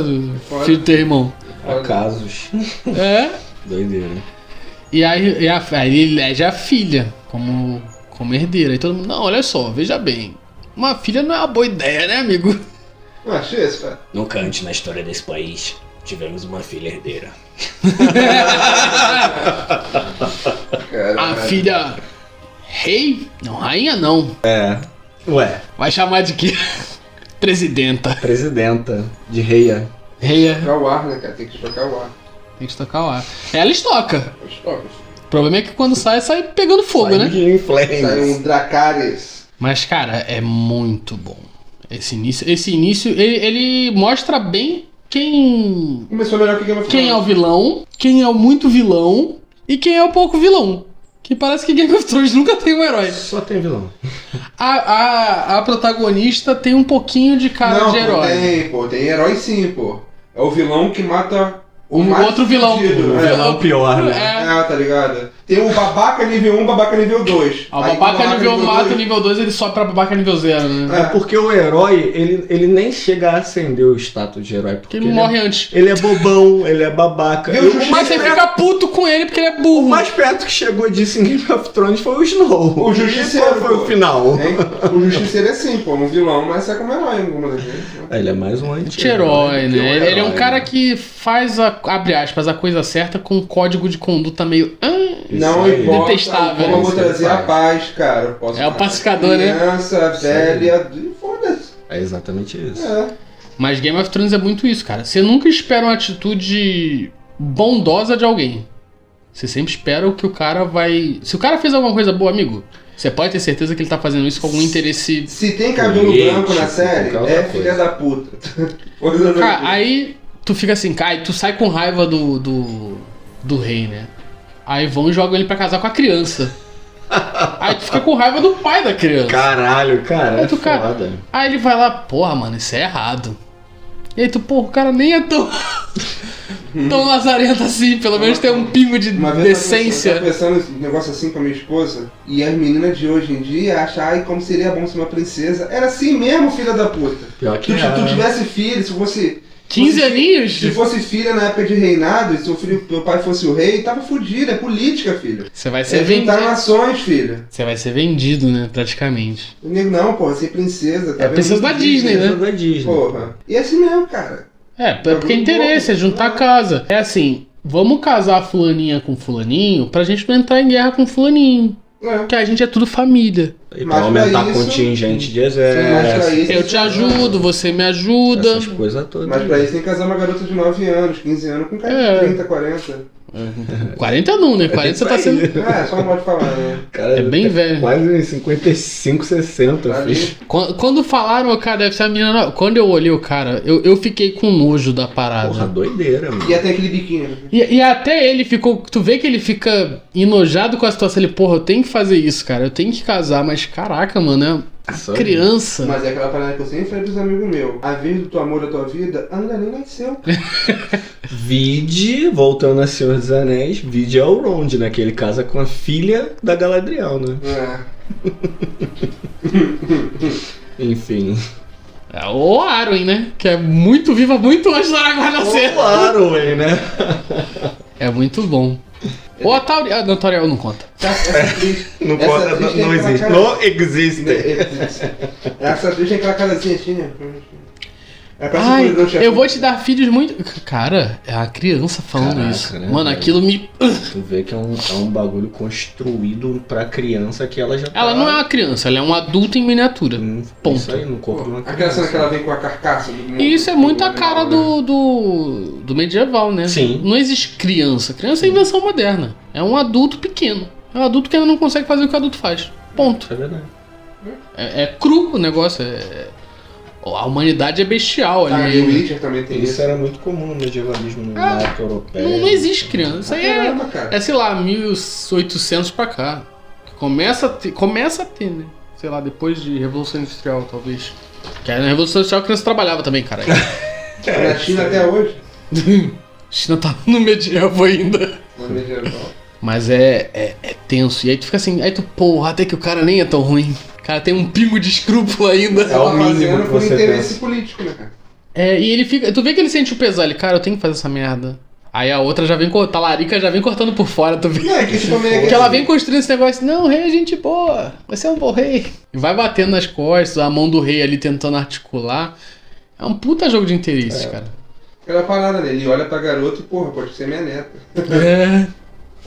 Speaker 3: Foda.
Speaker 1: filho do teu irmão.
Speaker 2: Há casos.
Speaker 1: É.
Speaker 2: [laughs] Doideira.
Speaker 1: E aí, e a, aí ele elege a filha como, como herdeira. Aí todo mundo, não, olha só, veja bem. Uma filha não é uma boa ideia, né, amigo?
Speaker 3: Não achei isso, cara.
Speaker 4: Nunca antes na história desse país tivemos uma filha herdeira.
Speaker 3: Cara,
Speaker 1: A
Speaker 3: cara.
Speaker 1: filha. Rei? Não, rainha não.
Speaker 2: Ué,
Speaker 1: Vai chamar de quê? [laughs] Presidenta.
Speaker 2: presidenta de reia.
Speaker 1: Reia.
Speaker 3: Trocar o ar, né, cara? Tem que trocar o ar.
Speaker 1: Tem que estocar o ar. É, Ela estoca.
Speaker 3: Os toques.
Speaker 1: O problema é que quando sai, sai pegando fogo, né?
Speaker 2: Saiu em flames.
Speaker 3: Saiu um Dracarys.
Speaker 1: Mas, cara, é muito bom. Esse início, esse início ele, ele mostra bem quem
Speaker 3: Começou melhor que Game of
Speaker 1: quem é o
Speaker 3: Thrones.
Speaker 1: vilão, quem é o muito vilão e quem é o pouco vilão. Que parece que Game of Thrones nunca tem um herói.
Speaker 2: Só tem vilão.
Speaker 1: A, a, a protagonista tem um pouquinho de cara
Speaker 3: Não,
Speaker 1: de
Speaker 3: pô,
Speaker 1: herói.
Speaker 3: tem, pô. Tem herói sim, pô. É o vilão que mata o
Speaker 1: Um
Speaker 3: mais
Speaker 1: outro vilão.
Speaker 3: fudido,
Speaker 1: Um
Speaker 3: né?
Speaker 1: vilão
Speaker 2: pior,
Speaker 1: É.
Speaker 3: É, tá ligado? Tem o babaca nível 1, babaca nível 2.
Speaker 1: A Ah, babaca nível 1 mata,
Speaker 3: dois-
Speaker 1: nível 2 ele sobe pra babaca nível 0, né?
Speaker 2: É porque o herói, ele, ele nem chega a acender o status de herói. Porque
Speaker 1: Porque ele
Speaker 2: ele,
Speaker 1: morre antes.
Speaker 2: É, ele é bobão, ele é babaca.
Speaker 3: Viu,
Speaker 2: Eu-
Speaker 3: Justiça?
Speaker 1: Mas você fica puto com ele porque ele é
Speaker 2: o
Speaker 1: burro.
Speaker 2: mais perto que chegou disso em Game of Thrones foi o Snow.
Speaker 3: O Justiceiro,
Speaker 2: E qual foi
Speaker 3: pô.
Speaker 2: o final.
Speaker 3: Hein? O Justiceiro é sim, pô. Um vilão, mas é como herói em alguma das vezes. né?
Speaker 2: É, Ele é mais um
Speaker 1: Anti-herói,
Speaker 2: do que
Speaker 1: né? Ele é um
Speaker 2: herói,
Speaker 1: cara
Speaker 2: né?
Speaker 1: que faz a, abre aspas, a coisa certa com um código de conduta meio. "Ah,
Speaker 2: Isso
Speaker 3: Não
Speaker 2: aí.
Speaker 3: importa
Speaker 1: Detestável, né?
Speaker 3: como eu vou
Speaker 2: isso aí
Speaker 3: trazer a
Speaker 2: faz.
Speaker 3: paz, cara. Eu posso
Speaker 1: É o
Speaker 3: matar
Speaker 1: pacificador, né?
Speaker 3: Criança,
Speaker 2: Isso aí.
Speaker 3: velha, adulto, foda-se.
Speaker 2: É exatamente isso.
Speaker 3: É.
Speaker 1: Mas Game of Thrones é muito isso, cara. Você nunca espera uma atitude bondosa de alguém. Você sempre espera o que o cara vai. Se o cara fez alguma coisa boa, amigo, você pode ter certeza que ele tá fazendo isso com algum interesse.
Speaker 3: Se tem cabelo
Speaker 2: Político,
Speaker 3: branco na série,
Speaker 2: qualquer
Speaker 3: é
Speaker 2: outra
Speaker 3: filha
Speaker 2: coisa.
Speaker 3: da puta. [laughs] Coisa
Speaker 1: Cara,
Speaker 3: da-
Speaker 1: aí tu fica assim, cara, e tu sai com raiva do, do. do rei, né? Aí vão e jogam ele pra casar com a criança. Aí tu fica com raiva do pai da criança.
Speaker 2: Caralho, cara, é
Speaker 1: Muito cara.
Speaker 2: foda.
Speaker 1: Aí ele vai lá, porra, mano, isso é errado. E aí tu, porra, o cara nem é tão.
Speaker 3: [laughs]
Speaker 1: tão lazarento assim, pelo menos tem um pingo de
Speaker 3: Uma vez eu
Speaker 1: decência.
Speaker 3: tava pensando eu tava pensando um negócio assim com a minha esposa, e as meninas de hoje em dia acham, ai, como seria bom ser uma princesa. Era assim mesmo, filha da puta.
Speaker 2: Pior
Speaker 3: Tu,
Speaker 2: que é.
Speaker 3: tu tivesse filho, se fosse.
Speaker 1: 15 aninhos?
Speaker 3: Se fosse filha na época de reinado, e seu filho, meu pai fosse o rei, tava fudido, é política, filho.
Speaker 1: Você vai ser
Speaker 3: É juntar
Speaker 1: vendido.
Speaker 3: nações, filho.
Speaker 1: Você vai ser vendido, né? Praticamente.
Speaker 3: Eu digo, não, porra, ser princesa. Tá
Speaker 1: É
Speaker 3: vendo?
Speaker 1: princesa da Disney, né?
Speaker 2: Da é Disney.
Speaker 3: Porra. E é assim mesmo, cara.
Speaker 1: É, é
Speaker 3: um
Speaker 1: porque é interesse, é juntar a casa. É assim, vamos casar fulaninha com fulaninho pra gente não entrar em guerra com fulaninho.
Speaker 3: É.
Speaker 1: Porque a gente é tudo família.
Speaker 2: E
Speaker 3: Mas
Speaker 2: pra aumentar
Speaker 3: pra isso-
Speaker 2: contingente de
Speaker 3: Mas pra
Speaker 2: exército.
Speaker 3: isso-
Speaker 1: Eu te ajudo, você me ajuda.
Speaker 2: Essas né? coisas todas.
Speaker 3: Mas pra isso tem que casar uma garota de 9 anos, 15 anos, com um cara
Speaker 1: É.
Speaker 3: de 30, 40.
Speaker 1: 40 não,
Speaker 3: É
Speaker 1: né? 40 você tá sendo.
Speaker 3: Ah, só não pode falar, né?
Speaker 2: Cara,
Speaker 1: É bem
Speaker 2: tá
Speaker 1: velho.
Speaker 2: Quase uns 55, 60,
Speaker 3: Ali.
Speaker 2: filho.
Speaker 1: Quan- Quando falaram, cara, deve ser a menina. nova. Quando eu olhei o cara, eu, eu fiquei com nojo da parada.
Speaker 2: Porra, doideira, mano.
Speaker 3: E é até aquele biquinho.
Speaker 1: E, e até ele ficou. Tu vê que ele fica enojado com a situação. Ele, porra, eu tenho que fazer isso, cara. Eu tenho que casar, mas caraca, mano, é
Speaker 2: Só-
Speaker 1: criança.
Speaker 3: Mas é aquela parada que eu sempre falei pros amigos meus. A vez do teu amor da tua vida ainda
Speaker 1: [laughs]
Speaker 3: nem nasceu. cara.
Speaker 2: Vide, voltando a Senhor dos Anéis, Vide é o Elrond, né? Que ele casa com a filha da Galadriel, né?
Speaker 3: É. [laughs]
Speaker 2: Enfim.
Speaker 1: É o Arwen, né? Que é muito viva, muito antes da Aragorn nascer.
Speaker 2: Claro, hein, né?
Speaker 1: É muito bom. Ou a Tauriel. Ah, não, Tauriel não conta.
Speaker 3: Essa atriz.
Speaker 2: É, Não,
Speaker 3: Essa
Speaker 2: conta,
Speaker 3: atriz
Speaker 2: não,
Speaker 3: tem
Speaker 2: não
Speaker 3: aquela
Speaker 2: existe.
Speaker 3: cara- Né? É,
Speaker 2: Não existe.
Speaker 3: Essa atriz tem aquela carazinha assim, né? É pra
Speaker 1: Ai, eu vou te dar filhos muito. Cara, é a criança falando
Speaker 2: Caraca,
Speaker 1: isso.
Speaker 2: né,
Speaker 1: Mano,
Speaker 2: velho?
Speaker 1: aquilo me.
Speaker 2: Tu vê que é um, é um bagulho construído pra criança que ela já tá
Speaker 1: Ela não é uma criança, ela é um adulto em miniatura.
Speaker 2: Hum,
Speaker 1: Ponto.
Speaker 2: Isso aí, no corpo de uma
Speaker 3: Aquela
Speaker 2: criança.
Speaker 3: cena que ela vem com a carcaça do mundo.
Speaker 1: E isso é muito a cara
Speaker 3: Né?
Speaker 1: do, do, do medieval, né?
Speaker 2: Sim.
Speaker 1: Não existe criança. Criança é invenção moderna. É um adulto pequeno. É um adulto que ainda não consegue fazer o que o adulto faz. Ponto.
Speaker 2: É verdade.
Speaker 1: É, é cru o negócio. É... A humanidade é bestial
Speaker 3: Ah, e o
Speaker 1: ali.
Speaker 3: Witcher também tem
Speaker 2: Isso Ah,
Speaker 3: isso.
Speaker 2: era muito comum no medievalismo na época europeia.
Speaker 1: Não, não existe criança. Isso aí é,
Speaker 3: Caramba, cara.
Speaker 1: é, sei lá, 1800 pra cá. Começa a ter, começa a ter né? Sei lá, depois de Revolução Industrial, talvez. Que aí na Revolução Industrial a criança trabalhava também, caralho.
Speaker 3: Na China até hoje.
Speaker 1: China tá no medieval ainda.
Speaker 3: Na medieval.
Speaker 1: Mas é, é, é tenso. E aí tu fica assim, aí tu, porra, até que o cara nem é tão ruim. O cara tem um pingo de escrúpulo ainda.
Speaker 2: É o
Speaker 3: Ela
Speaker 2: mínimo
Speaker 3: tá fazendo
Speaker 2: que
Speaker 3: por
Speaker 2: você
Speaker 3: interesse político, né, cara?
Speaker 1: É, e ele fica. Tu vê que ele sente o pesar, ele, cara, eu tenho que fazer essa merda. Aí a outra já vem cortando, a larica já vem cortando por fora, tu vê.
Speaker 3: Não, é que isso também é
Speaker 1: Porque ela vem construindo esse negócio, não, rei é gente boa, você é um bom rei. E vai batendo nas costas, a mão do rei ali tentando articular. É um puta jogo de interesse, cara.
Speaker 3: Aquela parada dele, ele olha pra garota e, porra, pode ser minha neta.
Speaker 1: É.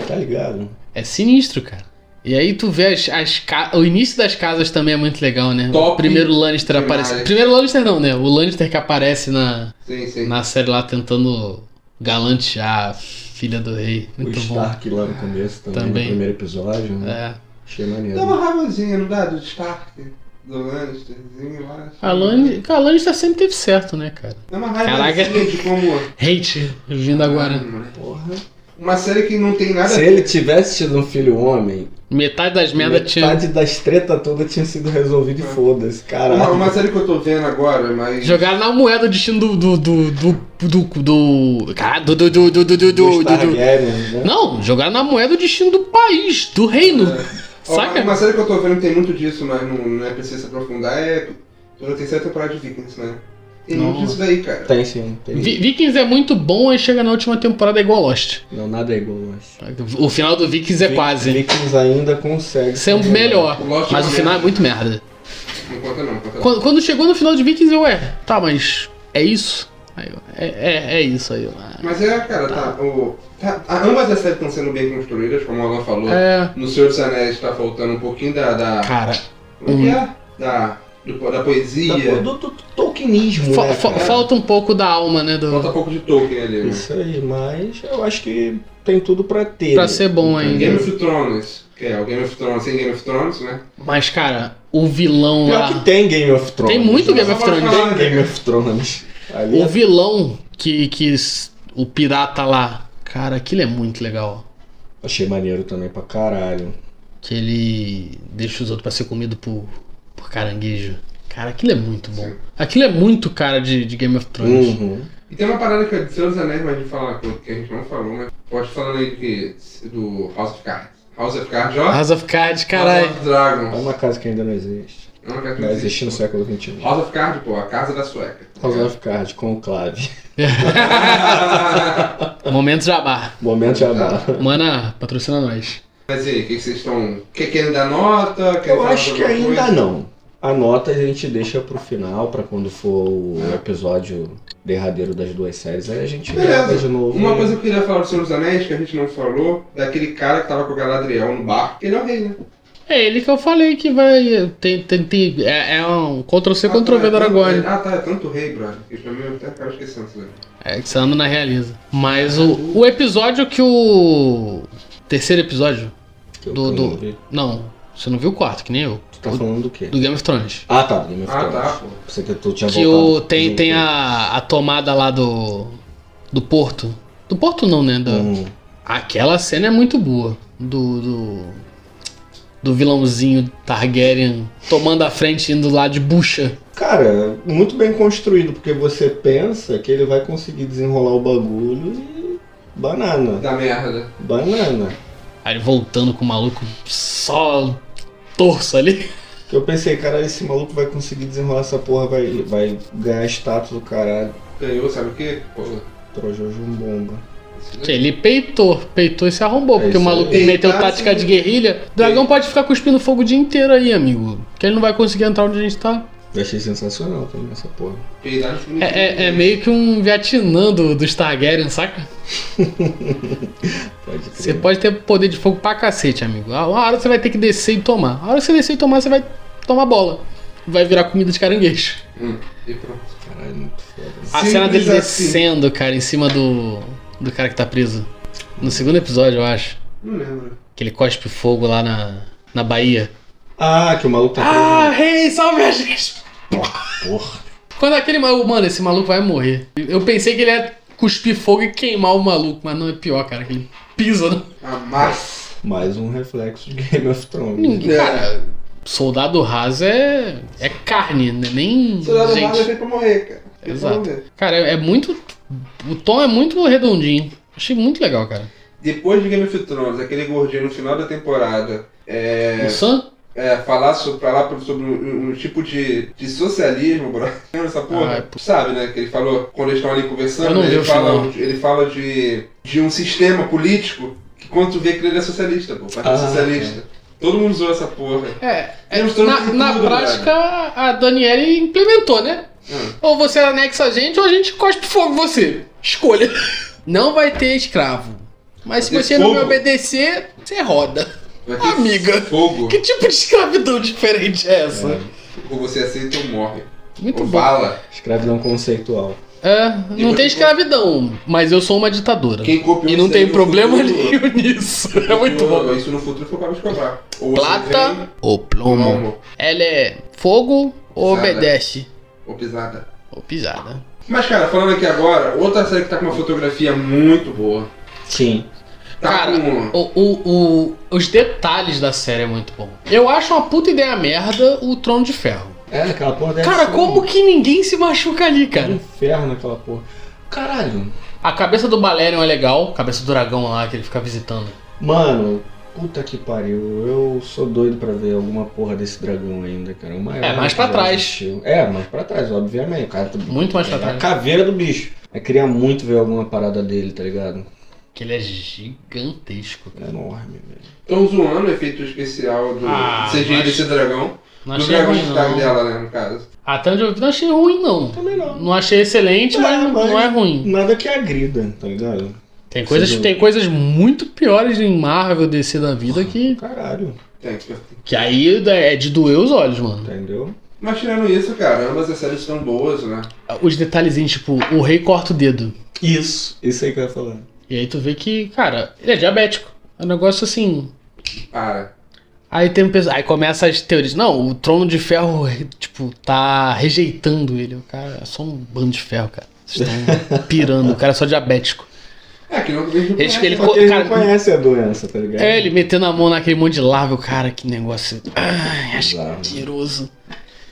Speaker 2: Tá ligado?
Speaker 1: É sinistro, cara. E aí tu vê as, as ca- o início das casas também é muito legal, né?
Speaker 3: Top
Speaker 1: o primeiro Lannister
Speaker 3: demais.
Speaker 1: aparece. Primeiro Lannister não, né? O Lannister que aparece na,
Speaker 3: Sim, sim.
Speaker 1: na série lá tentando galantear a filha do rei. Muito
Speaker 2: o
Speaker 1: bom.
Speaker 2: Stark lá no começo também,
Speaker 1: Também.
Speaker 2: no primeiro episódio, né?
Speaker 1: É.
Speaker 2: Achei
Speaker 3: Dá
Speaker 2: maneiro.
Speaker 3: uma raivazinha, não dá? Do Stark, do Lannisterzinho lá.
Speaker 1: A Lannister, cara, a Lannister sempre teve certo, né, cara?
Speaker 3: Dá uma raivazinha
Speaker 1: Caraca.
Speaker 3: de como...
Speaker 1: Hate vindo agora.
Speaker 2: Porra.
Speaker 3: Uma série que não tem nada...
Speaker 2: Se ele tivesse tido um filho homem,
Speaker 1: Metade das merdas tinha.
Speaker 2: metade das tretas todas tinha sido resolvida e foda-se, caralho.
Speaker 3: Uma, uma série que eu tô vendo agora, mas...
Speaker 1: Jogaram na moeda o destino do. do. do. do. do. do. cara, do- do- do- do- do- do- do-
Speaker 2: Dos
Speaker 1: do- do-
Speaker 2: Targaryen, né?
Speaker 1: Não, jogaram na moeda o destino do país, do reino.
Speaker 3: É. Ó,
Speaker 1: Saca?
Speaker 3: Uma série que eu tô vendo tem muito disso, mas não, não é preciso se aprofundar, é... Pela terceira temporada de Vikings, né? Tem muito
Speaker 1: Nossa.
Speaker 3: disso daí, cara.
Speaker 2: Tem sim, tem.
Speaker 1: Vi- Vikings é muito bom e chega na última temporada igual Lost.
Speaker 2: Não, nada é igual, eu acho.
Speaker 1: O final do Vikings é
Speaker 2: Vi-
Speaker 1: quase.
Speaker 2: Vikings ainda consegue.
Speaker 1: Isso é um
Speaker 2: fazer.
Speaker 1: melhor,
Speaker 3: O Lost
Speaker 1: mas
Speaker 3: é
Speaker 1: o
Speaker 3: uma
Speaker 1: final é
Speaker 3: merda.
Speaker 1: muito merda.
Speaker 3: Não conta não, conta não.
Speaker 1: Quando, quando chegou no final de Vikings, eu, ué, tá, mas é isso? Aí eu, é, é, é isso aí. eu, ah.
Speaker 3: Mas é, cara, tá. O, tá a- ambas as séries estão sendo bem construídas, como o Alan falou.
Speaker 1: É.
Speaker 3: No Senhor dos Anéis tá faltando um pouquinho da. da
Speaker 1: Cara,
Speaker 3: como é que
Speaker 1: Uhum.
Speaker 3: é? Da, do- da
Speaker 2: Da,
Speaker 3: poesia.
Speaker 2: do, Tá, do, do Tolkienismo,
Speaker 1: fa-
Speaker 2: né,
Speaker 1: fa-
Speaker 2: cara?
Speaker 1: falta um pouco da alma, né? Do,
Speaker 3: Falta pouco de Tolkien ali. Né?
Speaker 2: Isso aí, mas eu acho que tem tudo pra ter. né?
Speaker 1: Pra ser bom
Speaker 2: Entendeu?
Speaker 1: ainda.
Speaker 3: Game of Thrones, que é o Game of Thrones sem Game of Thrones, né?
Speaker 1: Mas, cara, o vilão
Speaker 2: Pior
Speaker 1: lá.
Speaker 2: que tem Game of Thrones.
Speaker 1: Tem muito Game
Speaker 3: Só
Speaker 1: of
Speaker 3: pode
Speaker 1: Thrones.
Speaker 3: falar, né,
Speaker 2: Game
Speaker 3: cara?
Speaker 2: of Thrones. Ali
Speaker 1: O vilão que, que s- o pirata lá. Cara, aquilo é muito legal.
Speaker 2: Achei maneiro também pra caralho.
Speaker 1: Que ele deixa os outros pra ser comido por, por caranguejo. Cara, aquilo é muito bom.
Speaker 3: Sim.
Speaker 1: Aquilo é muito cara de, de Game of Thrones.
Speaker 2: Uhum.
Speaker 3: E tem uma parada que é de Senhor dos Anéis, mas a gente fala que que a gente não falou, mas pode falando aí que, do House of Cards. House of Cards, ó.
Speaker 1: House of Cards, caralho.
Speaker 3: House of Dragons.
Speaker 2: É uma casa que ainda não existe.
Speaker 3: Não, que é
Speaker 2: Não
Speaker 3: tudo
Speaker 2: existe no
Speaker 3: isso.
Speaker 2: século um. XXI.
Speaker 3: House of Cards, pô, a casa da sueca.
Speaker 2: House of Card, Conclave. Uhum.
Speaker 1: [laughs]
Speaker 3: Ah,
Speaker 1: Momento jabá.
Speaker 2: Momento de amar.
Speaker 1: Mana, patrocina nós.
Speaker 3: Mas e aí, o que que vocês estão. Quer querem dar nota? Quer
Speaker 2: Eu acho que ainda não. A nota a gente deixa pro final, pra quando for o episódio derradeiro das duas séries, aí a gente
Speaker 3: Beleza.
Speaker 2: grava de novo.
Speaker 3: Uma coisa que eu queria falar do Senhor dos Anéis, que a gente não falou, daquele cara que tava com o Galadriel no bar, que ele é o rei, né?
Speaker 1: É ele que eu falei que vai. Tem, tem, tem- é, é um Ctrl-C, Ctrl-V do
Speaker 3: Ah, tá, é tanto
Speaker 1: Aragorn.
Speaker 3: rei. Ah, tá, é tanto rei, brother. Que pra mim eu até acabo esquecendo isso daí.
Speaker 1: É que você anda na realiza. Mas o, o episódio que o. Terceiro episódio?
Speaker 2: Que eu
Speaker 1: Do- do-
Speaker 2: não vi.
Speaker 1: Não, você não viu o quarto, que nem eu.
Speaker 2: Tu tá
Speaker 1: O-
Speaker 2: falando do quê?
Speaker 1: do Game of Thrones.
Speaker 2: Ah, tá, do Game of
Speaker 3: Ah,
Speaker 2: Thrones.
Speaker 3: tá, pô.
Speaker 2: Você que tu tinha
Speaker 1: Que
Speaker 2: voltado Uhum.
Speaker 1: o, tem,
Speaker 2: junto.
Speaker 1: tem a, a tomada lá do. Do Porto. Do Porto não, né? Da-
Speaker 2: Hum.
Speaker 1: Aquela cena é muito boa. Do. Do, do vilãozinho Targaryen tomando a frente indo lá de bucha.
Speaker 2: Cara, muito bem construído, porque você pensa que ele vai conseguir desenrolar o bagulho e. Banana.
Speaker 3: Da merda.
Speaker 2: Banana.
Speaker 1: Aí ele voltando com o maluco só torso ali.
Speaker 2: Que eu pensei, cara, esse maluco vai conseguir desenrolar essa porra, vai, vai ganhar status do caralho.
Speaker 3: Ganhou, sabe o quê? Pô,
Speaker 2: Trojojumbomba.
Speaker 3: isso
Speaker 1: Que Ele peitou, peitou e se arrombou,
Speaker 2: É
Speaker 1: porque o
Speaker 2: isso
Speaker 1: maluco
Speaker 3: aí.
Speaker 1: meteu
Speaker 3: Peitar,
Speaker 1: tática
Speaker 3: sim.
Speaker 1: de guerrilha. O dragão pode ficar cuspindo fogo o dia inteiro aí, amigo. Que ele não vai conseguir entrar onde a gente tá.
Speaker 2: Eu achei sensacional também essa porra.
Speaker 3: peidar
Speaker 1: É, é- é meio que um Vietnã do, dos Targaryen, saca?
Speaker 2: Pode crer.
Speaker 1: Você pode ter poder de fogo pra cacete, amigo. A- Uma hora você vai ter que descer e tomar. A hora que você descer e tomar, você vai tomar bola. Vai virar comida de caranguejo.
Speaker 3: Hum, e pronto.
Speaker 2: Caralho, é muito foda.
Speaker 1: A
Speaker 3: Simples
Speaker 1: cena dele
Speaker 3: assim.
Speaker 1: descendo, cara, em cima do, do cara que tá preso. No segundo episódio, eu acho.
Speaker 3: Não lembro.
Speaker 1: Que ele cospe fogo lá na, na Bahia.
Speaker 2: Ah, que o maluco tá
Speaker 1: Ah, rei, salve a gente!
Speaker 2: preso. Porra.
Speaker 1: Quando aquele maluco. Mano, esse maluco vai morrer. Eu pensei que ele ia cuspir fogo e queimar o maluco, mas não é pior, cara. Que ele pisa, né?
Speaker 3: Ah, Amassa.
Speaker 2: Mais um reflexo de Game of Thrones.
Speaker 1: Ninguém, cara. Soldado raso é. é carne, né? Nem.
Speaker 3: Soldado
Speaker 1: gente.
Speaker 3: Marvel é feito pra morrer, cara. Feito pra
Speaker 1: Exato.
Speaker 3: morrer.
Speaker 1: Cara, é, é muito. O tom é muito redondinho. Achei muito legal, cara.
Speaker 3: Depois de Game of Thrones, aquele gordinho no final da temporada
Speaker 1: O Sam?
Speaker 3: é, falar sobre, falar pro- sobre um, um tipo de, de socialismo, bro. [laughs] Lembra essa porra?
Speaker 1: Ah, é, pô.
Speaker 3: Sabe, né? Que ele falou, quando eles estavam ali
Speaker 1: Eu
Speaker 3: conversando, né,
Speaker 1: não vi
Speaker 3: ele
Speaker 1: o
Speaker 3: fala,
Speaker 1: final.
Speaker 3: ele fala de, de um sistema político que quando tu vê que ele é socialista, pô. Partido
Speaker 2: Ah,
Speaker 3: socialista. Todo mundo usou essa porra.
Speaker 1: É. é,
Speaker 3: Eles estão
Speaker 1: na
Speaker 3: tudo,
Speaker 1: na
Speaker 3: velho.
Speaker 1: prática, a Daniele implementou, né?
Speaker 3: Hum.
Speaker 1: Ou você anexa a gente ou a gente cospe fogo em você. Escolha. Não vai ter escravo. Mas se
Speaker 3: Vai ter
Speaker 1: você não me
Speaker 3: fogo.
Speaker 1: obedecer, você roda.
Speaker 3: Vai ter
Speaker 1: Amiga.
Speaker 3: Fogo.
Speaker 1: Que tipo de escravidão diferente é essa?
Speaker 3: Ou você aceita ou morre.
Speaker 1: Muito
Speaker 3: ou
Speaker 1: bom.
Speaker 3: bala.
Speaker 2: Escravidão conceitual.
Speaker 1: É, não
Speaker 3: muito
Speaker 1: tem
Speaker 3: bom.
Speaker 1: escravidão, mas eu sou uma ditadora.
Speaker 3: Quem copiou
Speaker 1: E não
Speaker 3: isso aí
Speaker 1: tem
Speaker 3: no
Speaker 1: problema
Speaker 3: futuro-
Speaker 1: [laughs] nenhum nisso. É muito
Speaker 3: Ou-
Speaker 1: bom.
Speaker 3: Isso no futuro foi o Pablo Escobar. Ou você vem,
Speaker 1: Plata ou
Speaker 3: ou
Speaker 1: plomo.
Speaker 3: almo,
Speaker 1: Ela é fogo ou
Speaker 3: Pisada.
Speaker 1: obedece.
Speaker 3: ou pisada.
Speaker 1: Ou pisada.
Speaker 3: Mas, cara, falando aqui agora, outra série que tá com uma fotografia muito boa.
Speaker 2: Sim.
Speaker 3: Tá
Speaker 1: Cara,
Speaker 3: com...
Speaker 1: O, o- o- os detalhes da série é muito bom. Eu acho uma puta ideia merda o Trono de Ferro.
Speaker 2: É, aquela porra deve
Speaker 1: Cara,
Speaker 2: ser
Speaker 1: como
Speaker 2: um
Speaker 1: que ninguém se machuca ali, cara?
Speaker 2: Inferno aquela porra. Caralho.
Speaker 1: A cabeça do Balerion é legal, a cabeça do dragão lá que ele fica visitando.
Speaker 2: Mano, puta que pariu. Eu sou doido pra ver alguma porra desse dragão ainda, cara. O maior
Speaker 1: É, mais
Speaker 2: que
Speaker 1: pra
Speaker 2: já
Speaker 1: trás.
Speaker 2: existiu. É, mais pra trás, obviamente. O cara tá-
Speaker 1: Muito mais pra
Speaker 2: é A
Speaker 1: trás.
Speaker 2: caveira do bicho. Eu queria muito ver alguma parada dele, tá ligado?
Speaker 1: Que ele é gigantesco.
Speaker 2: É enorme, velho.
Speaker 3: Tão zoando o efeito especial do
Speaker 1: Ah,
Speaker 3: CGI
Speaker 1: mas-
Speaker 3: desse dragão.
Speaker 1: Não
Speaker 3: do
Speaker 1: achei
Speaker 3: dragão
Speaker 1: ruim,
Speaker 3: de tag
Speaker 1: não.
Speaker 3: dela, né, no caso.
Speaker 1: Até onde eu vi, não achei ruim, não.
Speaker 2: Também não.
Speaker 1: Não achei excelente,
Speaker 2: É,
Speaker 1: mas, não-
Speaker 2: mas-
Speaker 1: não é ruim.
Speaker 2: Nada que agrida, tá ligado?
Speaker 1: Tem coisas,
Speaker 2: Sim.
Speaker 1: tem coisas muito piores em Marvel DC da vida que.
Speaker 2: Caralho,
Speaker 3: Tem.
Speaker 1: Que aí é de doer os olhos, mano.
Speaker 2: entendeu?
Speaker 3: Mas tirando isso, cara, ambas as séries estão boas, né?
Speaker 1: Os detalhezinhos, tipo, o rei corta o dedo.
Speaker 2: Isso. Isso aí que eu ia falar.
Speaker 1: E aí tu vê que, cara, ele é diabético. É um negócio assim.
Speaker 3: Para.
Speaker 1: Aí tem um pessoal. Aí começa as teorias. Não, o trono de ferro, [laughs] tipo, tá rejeitando ele. O cara é só um bando de ferro, cara. Vocês estão pirando, o cara é só diabético.
Speaker 3: É, que não mesmo
Speaker 1: Ele, ele,
Speaker 2: Porque ele
Speaker 1: cara,
Speaker 2: não conhece a doença, tá ligado?
Speaker 1: é, ele metendo a mão naquele monte de lava, eu, cara, que negócio. Ai, acho
Speaker 2: Lava.
Speaker 1: que é cheiroso.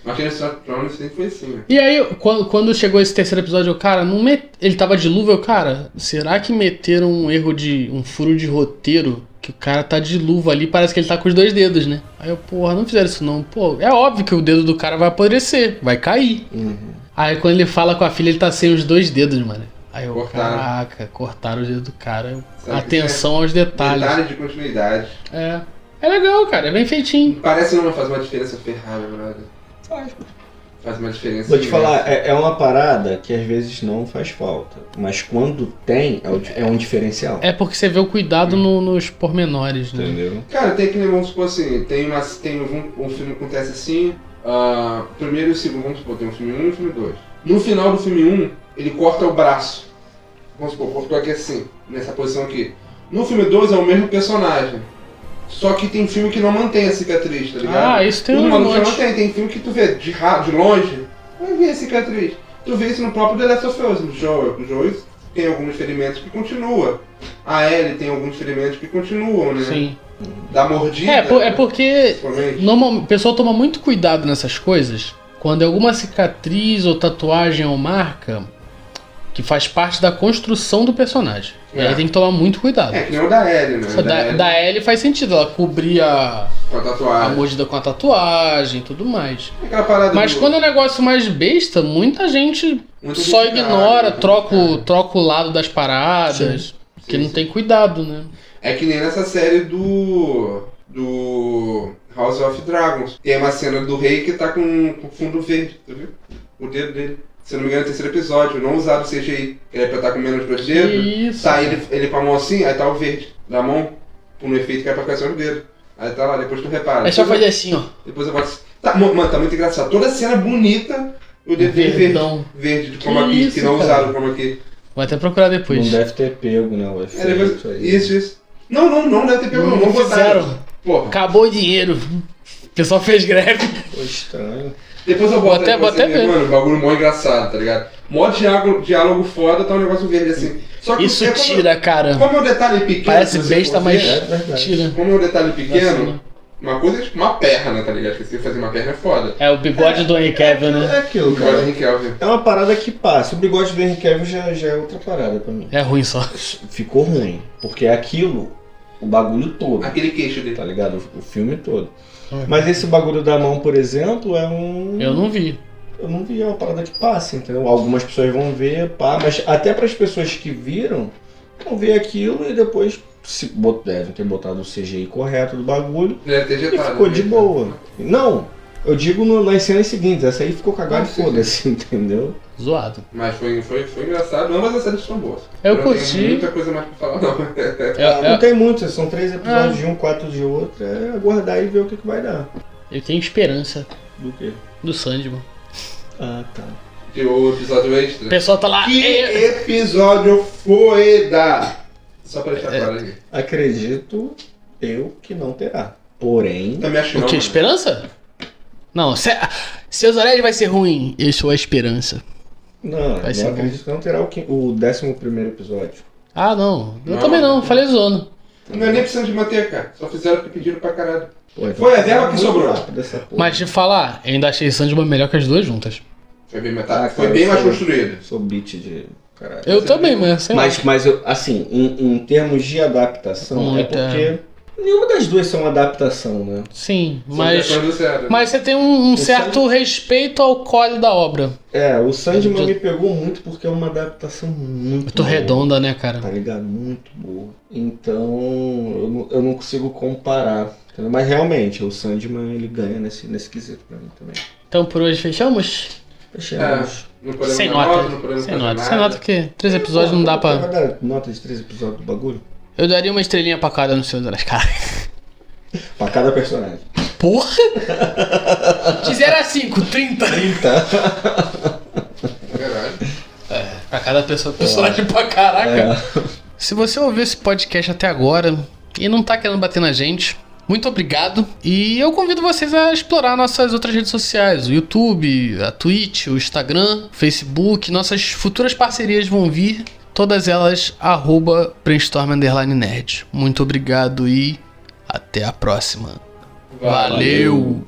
Speaker 3: Mas aquele Strato Jones sempre foi assim, né?
Speaker 1: E aí, quando, quando chegou esse terceiro episódio, eu, cara, não met... ele tava de luva, eu, cara, será que meteram um erro de. um furo de roteiro? Que o cara tá de luva ali, parece que ele tá com os dois dedos, né? Aí eu, porra, não fizeram isso não. Pô, é óbvio que o dedo do cara vai apodrecer, vai cair.
Speaker 2: Uhum.
Speaker 1: Aí quando ele fala com a filha, ele tá sem os dois dedos, mano. Aí eu,
Speaker 3: Cortaram.
Speaker 1: caraca, cortaram o dedo do cara. Eu,
Speaker 3: Sabe
Speaker 1: Atenção aos detalhes.
Speaker 3: Detalhe de continuidade.
Speaker 1: É. É legal, cara, é bem feitinho.
Speaker 3: Parece não, mas faz uma diferença ferrada, brother.
Speaker 2: Faz.
Speaker 3: Faz uma diferença.
Speaker 2: Vou te
Speaker 3: imensa.
Speaker 2: falar, é, é uma parada que às vezes não faz falta, mas quando tem, é, o di- é um diferencial.
Speaker 1: É porque você vê o cuidado no- nos pormenores, né?
Speaker 2: Entendeu?
Speaker 3: Cara, tem que nem, vamos supor assim, tem, uma, tem um, um filme que acontece assim, ah, primeiro e o segundo, vamos supor, tem um filme 1 e um filme 2. No final do filme 1, ele corta o braço. Vamos supor, cortou aqui assim, nessa posição aqui. No filme 2 é o mesmo personagem. Só que tem filme que não mantém a cicatriz, tá ligado?
Speaker 1: Ah, isso tem
Speaker 3: Não,
Speaker 1: um
Speaker 3: mano, já
Speaker 1: monte.
Speaker 3: não tem. Tem filme que tu vê de, ra- de longe, vai ver a cicatriz. Tu vê isso no próprio The Last of Us, no Joel. O Joel tem alguns ferimentos que continua. A Ellie tem alguns ferimentos que continuam, né?
Speaker 1: Sim.
Speaker 3: Da mordida.
Speaker 1: É, por- é porque
Speaker 3: Principalmente.
Speaker 1: normal, o pessoal toma muito cuidado nessas coisas. Quando é alguma cicatriz ou tatuagem ou marca que faz parte da construção do personagem. E
Speaker 3: É.
Speaker 1: aí tem que tomar muito cuidado.
Speaker 3: É que nem o da Ellie, né?
Speaker 1: Só Da,
Speaker 3: Ellie
Speaker 1: da Ellie faz sentido, ela cobrir a,
Speaker 3: Com a
Speaker 1: a
Speaker 3: tatuagem.
Speaker 1: mordida com a tatuagem e tudo mais.
Speaker 3: Aquela parada
Speaker 1: Mas
Speaker 3: do-
Speaker 1: quando é um negócio mais besta, muita gente
Speaker 3: Muita gente
Speaker 1: só
Speaker 3: cara,
Speaker 1: ignora,
Speaker 3: muita
Speaker 1: troca o,
Speaker 3: gente
Speaker 1: troca o lado das paradas,
Speaker 3: cara.
Speaker 1: porque
Speaker 3: né? Sim,
Speaker 1: não
Speaker 3: sim.
Speaker 1: tem cuidado, né?
Speaker 3: É que nem nessa série do... Do... House of Dragons. Tem uma cena do rei que tá com, com fundo verde, tá vendo? O dedo dele. Se não me engano, é o terceiro episódio. Não usaram o CGI. Ele é pra estar com menos dois
Speaker 1: Que
Speaker 3: dedos.
Speaker 1: isso.
Speaker 3: Sai ele, ele com a mão assim, aí tá o verde. Na mão, por um efeito que é pra ficar só no dedo. Aí tá lá, depois tu repara.
Speaker 1: É só
Speaker 3: Depois
Speaker 1: fazer assim, ó.
Speaker 3: eu- Depois eu boto... Tá, mo- mano, tá muito engraçado. Toda cena bonita, o dedo dele verde.
Speaker 2: então.
Speaker 1: Verdão.
Speaker 3: verde de
Speaker 1: Que
Speaker 3: chroma key, que
Speaker 1: isso,
Speaker 3: não
Speaker 1: cara?
Speaker 3: usaram chroma key.
Speaker 1: Vou até procurar depois.
Speaker 2: Não deve ter pego, né? O
Speaker 3: É, depois-
Speaker 2: efeito aí.
Speaker 3: isso, isso. Não, não, não deve ter pego, não, não botaram.
Speaker 1: fizeram.
Speaker 3: Porra,
Speaker 1: Acabou o dinheiro. O pessoal fez greve.
Speaker 2: Pô, estranho.
Speaker 3: depois eu boto
Speaker 1: até-
Speaker 3: aí
Speaker 1: vou
Speaker 3: pra você
Speaker 1: até
Speaker 3: ver,
Speaker 1: ver.
Speaker 3: mano, o bagulho mó engraçado, tá ligado? Mó diálogo, diálogo foda, tá um negócio verde assim. Só que
Speaker 1: Isso
Speaker 3: é como-
Speaker 1: tira, cara.
Speaker 3: Como é um detalhe pequeno.
Speaker 1: Parece
Speaker 3: se você
Speaker 1: besta,
Speaker 3: for
Speaker 1: mas
Speaker 3: ver,
Speaker 2: É verdade.
Speaker 1: tira.
Speaker 3: Como é um detalhe
Speaker 1: Assim,
Speaker 3: pequeno,
Speaker 1: né?
Speaker 3: uma coisa é tipo uma perna, tá ligado? Porque se você fazer uma perna é foda.
Speaker 1: É o bigode do Henry Cavill, né?
Speaker 2: É aquilo,
Speaker 3: Agora
Speaker 2: cara.
Speaker 3: Henry Kelvin.
Speaker 2: É uma parada que passa. O bigode do Henry Cavill já, já é outra parada pra mim.
Speaker 1: É ruim só.
Speaker 2: Ficou ruim, porque é aquilo, o bagulho todo.
Speaker 3: Aquele queixo dele.
Speaker 2: Tá ligado? O o filme todo.
Speaker 1: Hum.
Speaker 2: Mas esse bagulho da mão, por exemplo, é um.
Speaker 1: Eu não vi.
Speaker 2: Eu não vi, é uma parada que passa, entendeu? Algumas pessoas vão ver, pá, mas até para as pessoas que viram, vão ver aquilo e depois se bot- devem ter botado o CGI correto do bagulho
Speaker 3: Deve ter
Speaker 2: e
Speaker 3: jetado.
Speaker 2: ficou
Speaker 3: né?
Speaker 2: de boa. Não, eu digo no- nas cenas seguintes, essa aí ficou cagada e
Speaker 3: Ah, sim.
Speaker 2: foda-se, [laughs] entendeu?
Speaker 1: Zoado.
Speaker 3: Mas foi, foi, foi engraçado. Ambas as séries são boas.
Speaker 1: Eu
Speaker 3: não
Speaker 1: curti.
Speaker 3: tenho muita coisa mais pra falar, não. [laughs]
Speaker 1: É,
Speaker 2: Ah, Não
Speaker 1: é,
Speaker 2: tem muito, são três episódios de um, quatro de outro, é aguardar e ver o que, que vai dar.
Speaker 1: eu tenho esperança
Speaker 2: Do quê?
Speaker 1: do Sandman.
Speaker 2: Ah, tá.
Speaker 3: De Tipo, o episódio
Speaker 1: O
Speaker 3: extra.
Speaker 1: pessoal tá lá.
Speaker 3: Que
Speaker 1: "É,
Speaker 3: episódio foi da. Só pra
Speaker 1: É.
Speaker 3: deixar claro aqui.
Speaker 2: Acredito eu que não terá. Porém,
Speaker 3: Também acho
Speaker 1: O
Speaker 3: não.
Speaker 1: que?
Speaker 3: mano.
Speaker 1: Esperança? Não, se, Seus Anéis vai ser ruim. Eu sou a esperança.
Speaker 2: Não,
Speaker 1: Vai
Speaker 2: não
Speaker 1: ser
Speaker 2: acredito que não terá o, quin- o décimo primeiro episódio.
Speaker 1: Ah, não. Eu
Speaker 3: Não.
Speaker 1: também não. Falei zoando.
Speaker 3: Não é nem precisando de manter, cara. Só fizeram o que pediram pra caralho.
Speaker 2: Pô, então
Speaker 3: Foi a verba que
Speaker 2: muito
Speaker 3: sobrou.
Speaker 2: rápido essa porra.
Speaker 1: Mas te falar, eu ainda achei Sandman melhor que as duas juntas.
Speaker 3: Foi bem
Speaker 2: Ah,
Speaker 3: metade.
Speaker 2: cara,
Speaker 3: foi bem mais
Speaker 2: sou-
Speaker 3: construído.
Speaker 2: Sou beat de caralho.
Speaker 1: Eu
Speaker 3: Você
Speaker 1: também,
Speaker 3: viu?
Speaker 1: mas sei lá.
Speaker 2: Mas, mas eu, assim, em, em termos de adaptação,
Speaker 1: Muita.
Speaker 2: é porque nenhuma das duas são adaptação, né?
Speaker 1: Sim,
Speaker 3: São
Speaker 1: mas.
Speaker 3: questões do zero.
Speaker 1: Mas você tem um, um certo respeito ao código da obra.
Speaker 2: É, o Sandman
Speaker 1: Eu-
Speaker 2: me pegou muito porque é uma adaptação muito.
Speaker 1: Muito
Speaker 2: boa,
Speaker 1: redonda, né, cara?
Speaker 2: Tá ligado? Muito boa. Então, eu não, eu não consigo comparar. entendeu? Mas realmente, o Sandman ele ganha nesse, nesse quesito pra mim também.
Speaker 1: Então por hoje fechamos?
Speaker 2: Fechamos.
Speaker 3: É, Não podemos
Speaker 1: Sem
Speaker 3: dar
Speaker 1: nota.
Speaker 3: não podemos
Speaker 1: Sem
Speaker 3: fazer
Speaker 1: nota.
Speaker 3: nada.
Speaker 1: Sem nota que três episódios não dá
Speaker 2: Vai
Speaker 1: pra.
Speaker 2: dar nota de três episódios do bagulho?
Speaker 1: Eu daria uma estrelinha pra cada no Senhor das Caras. [laughs]
Speaker 2: Pra cada personagem.
Speaker 1: Porra! De 0 a 5, 30.
Speaker 3: Caralho.
Speaker 1: É, Pra cada pessoa, É. personagem pra
Speaker 2: É.
Speaker 1: caraca. Se você ouviu esse podcast até agora e não tá querendo bater na gente, muito obrigado. E eu convido vocês a explorar nossas outras redes sociais: o YouTube, a Twitch, o Instagram, o Facebook. Nossas futuras parcerias vão vir. Todas elas, arroba brainstorm underline nerd. Muito obrigado e até a próxima. Valeu.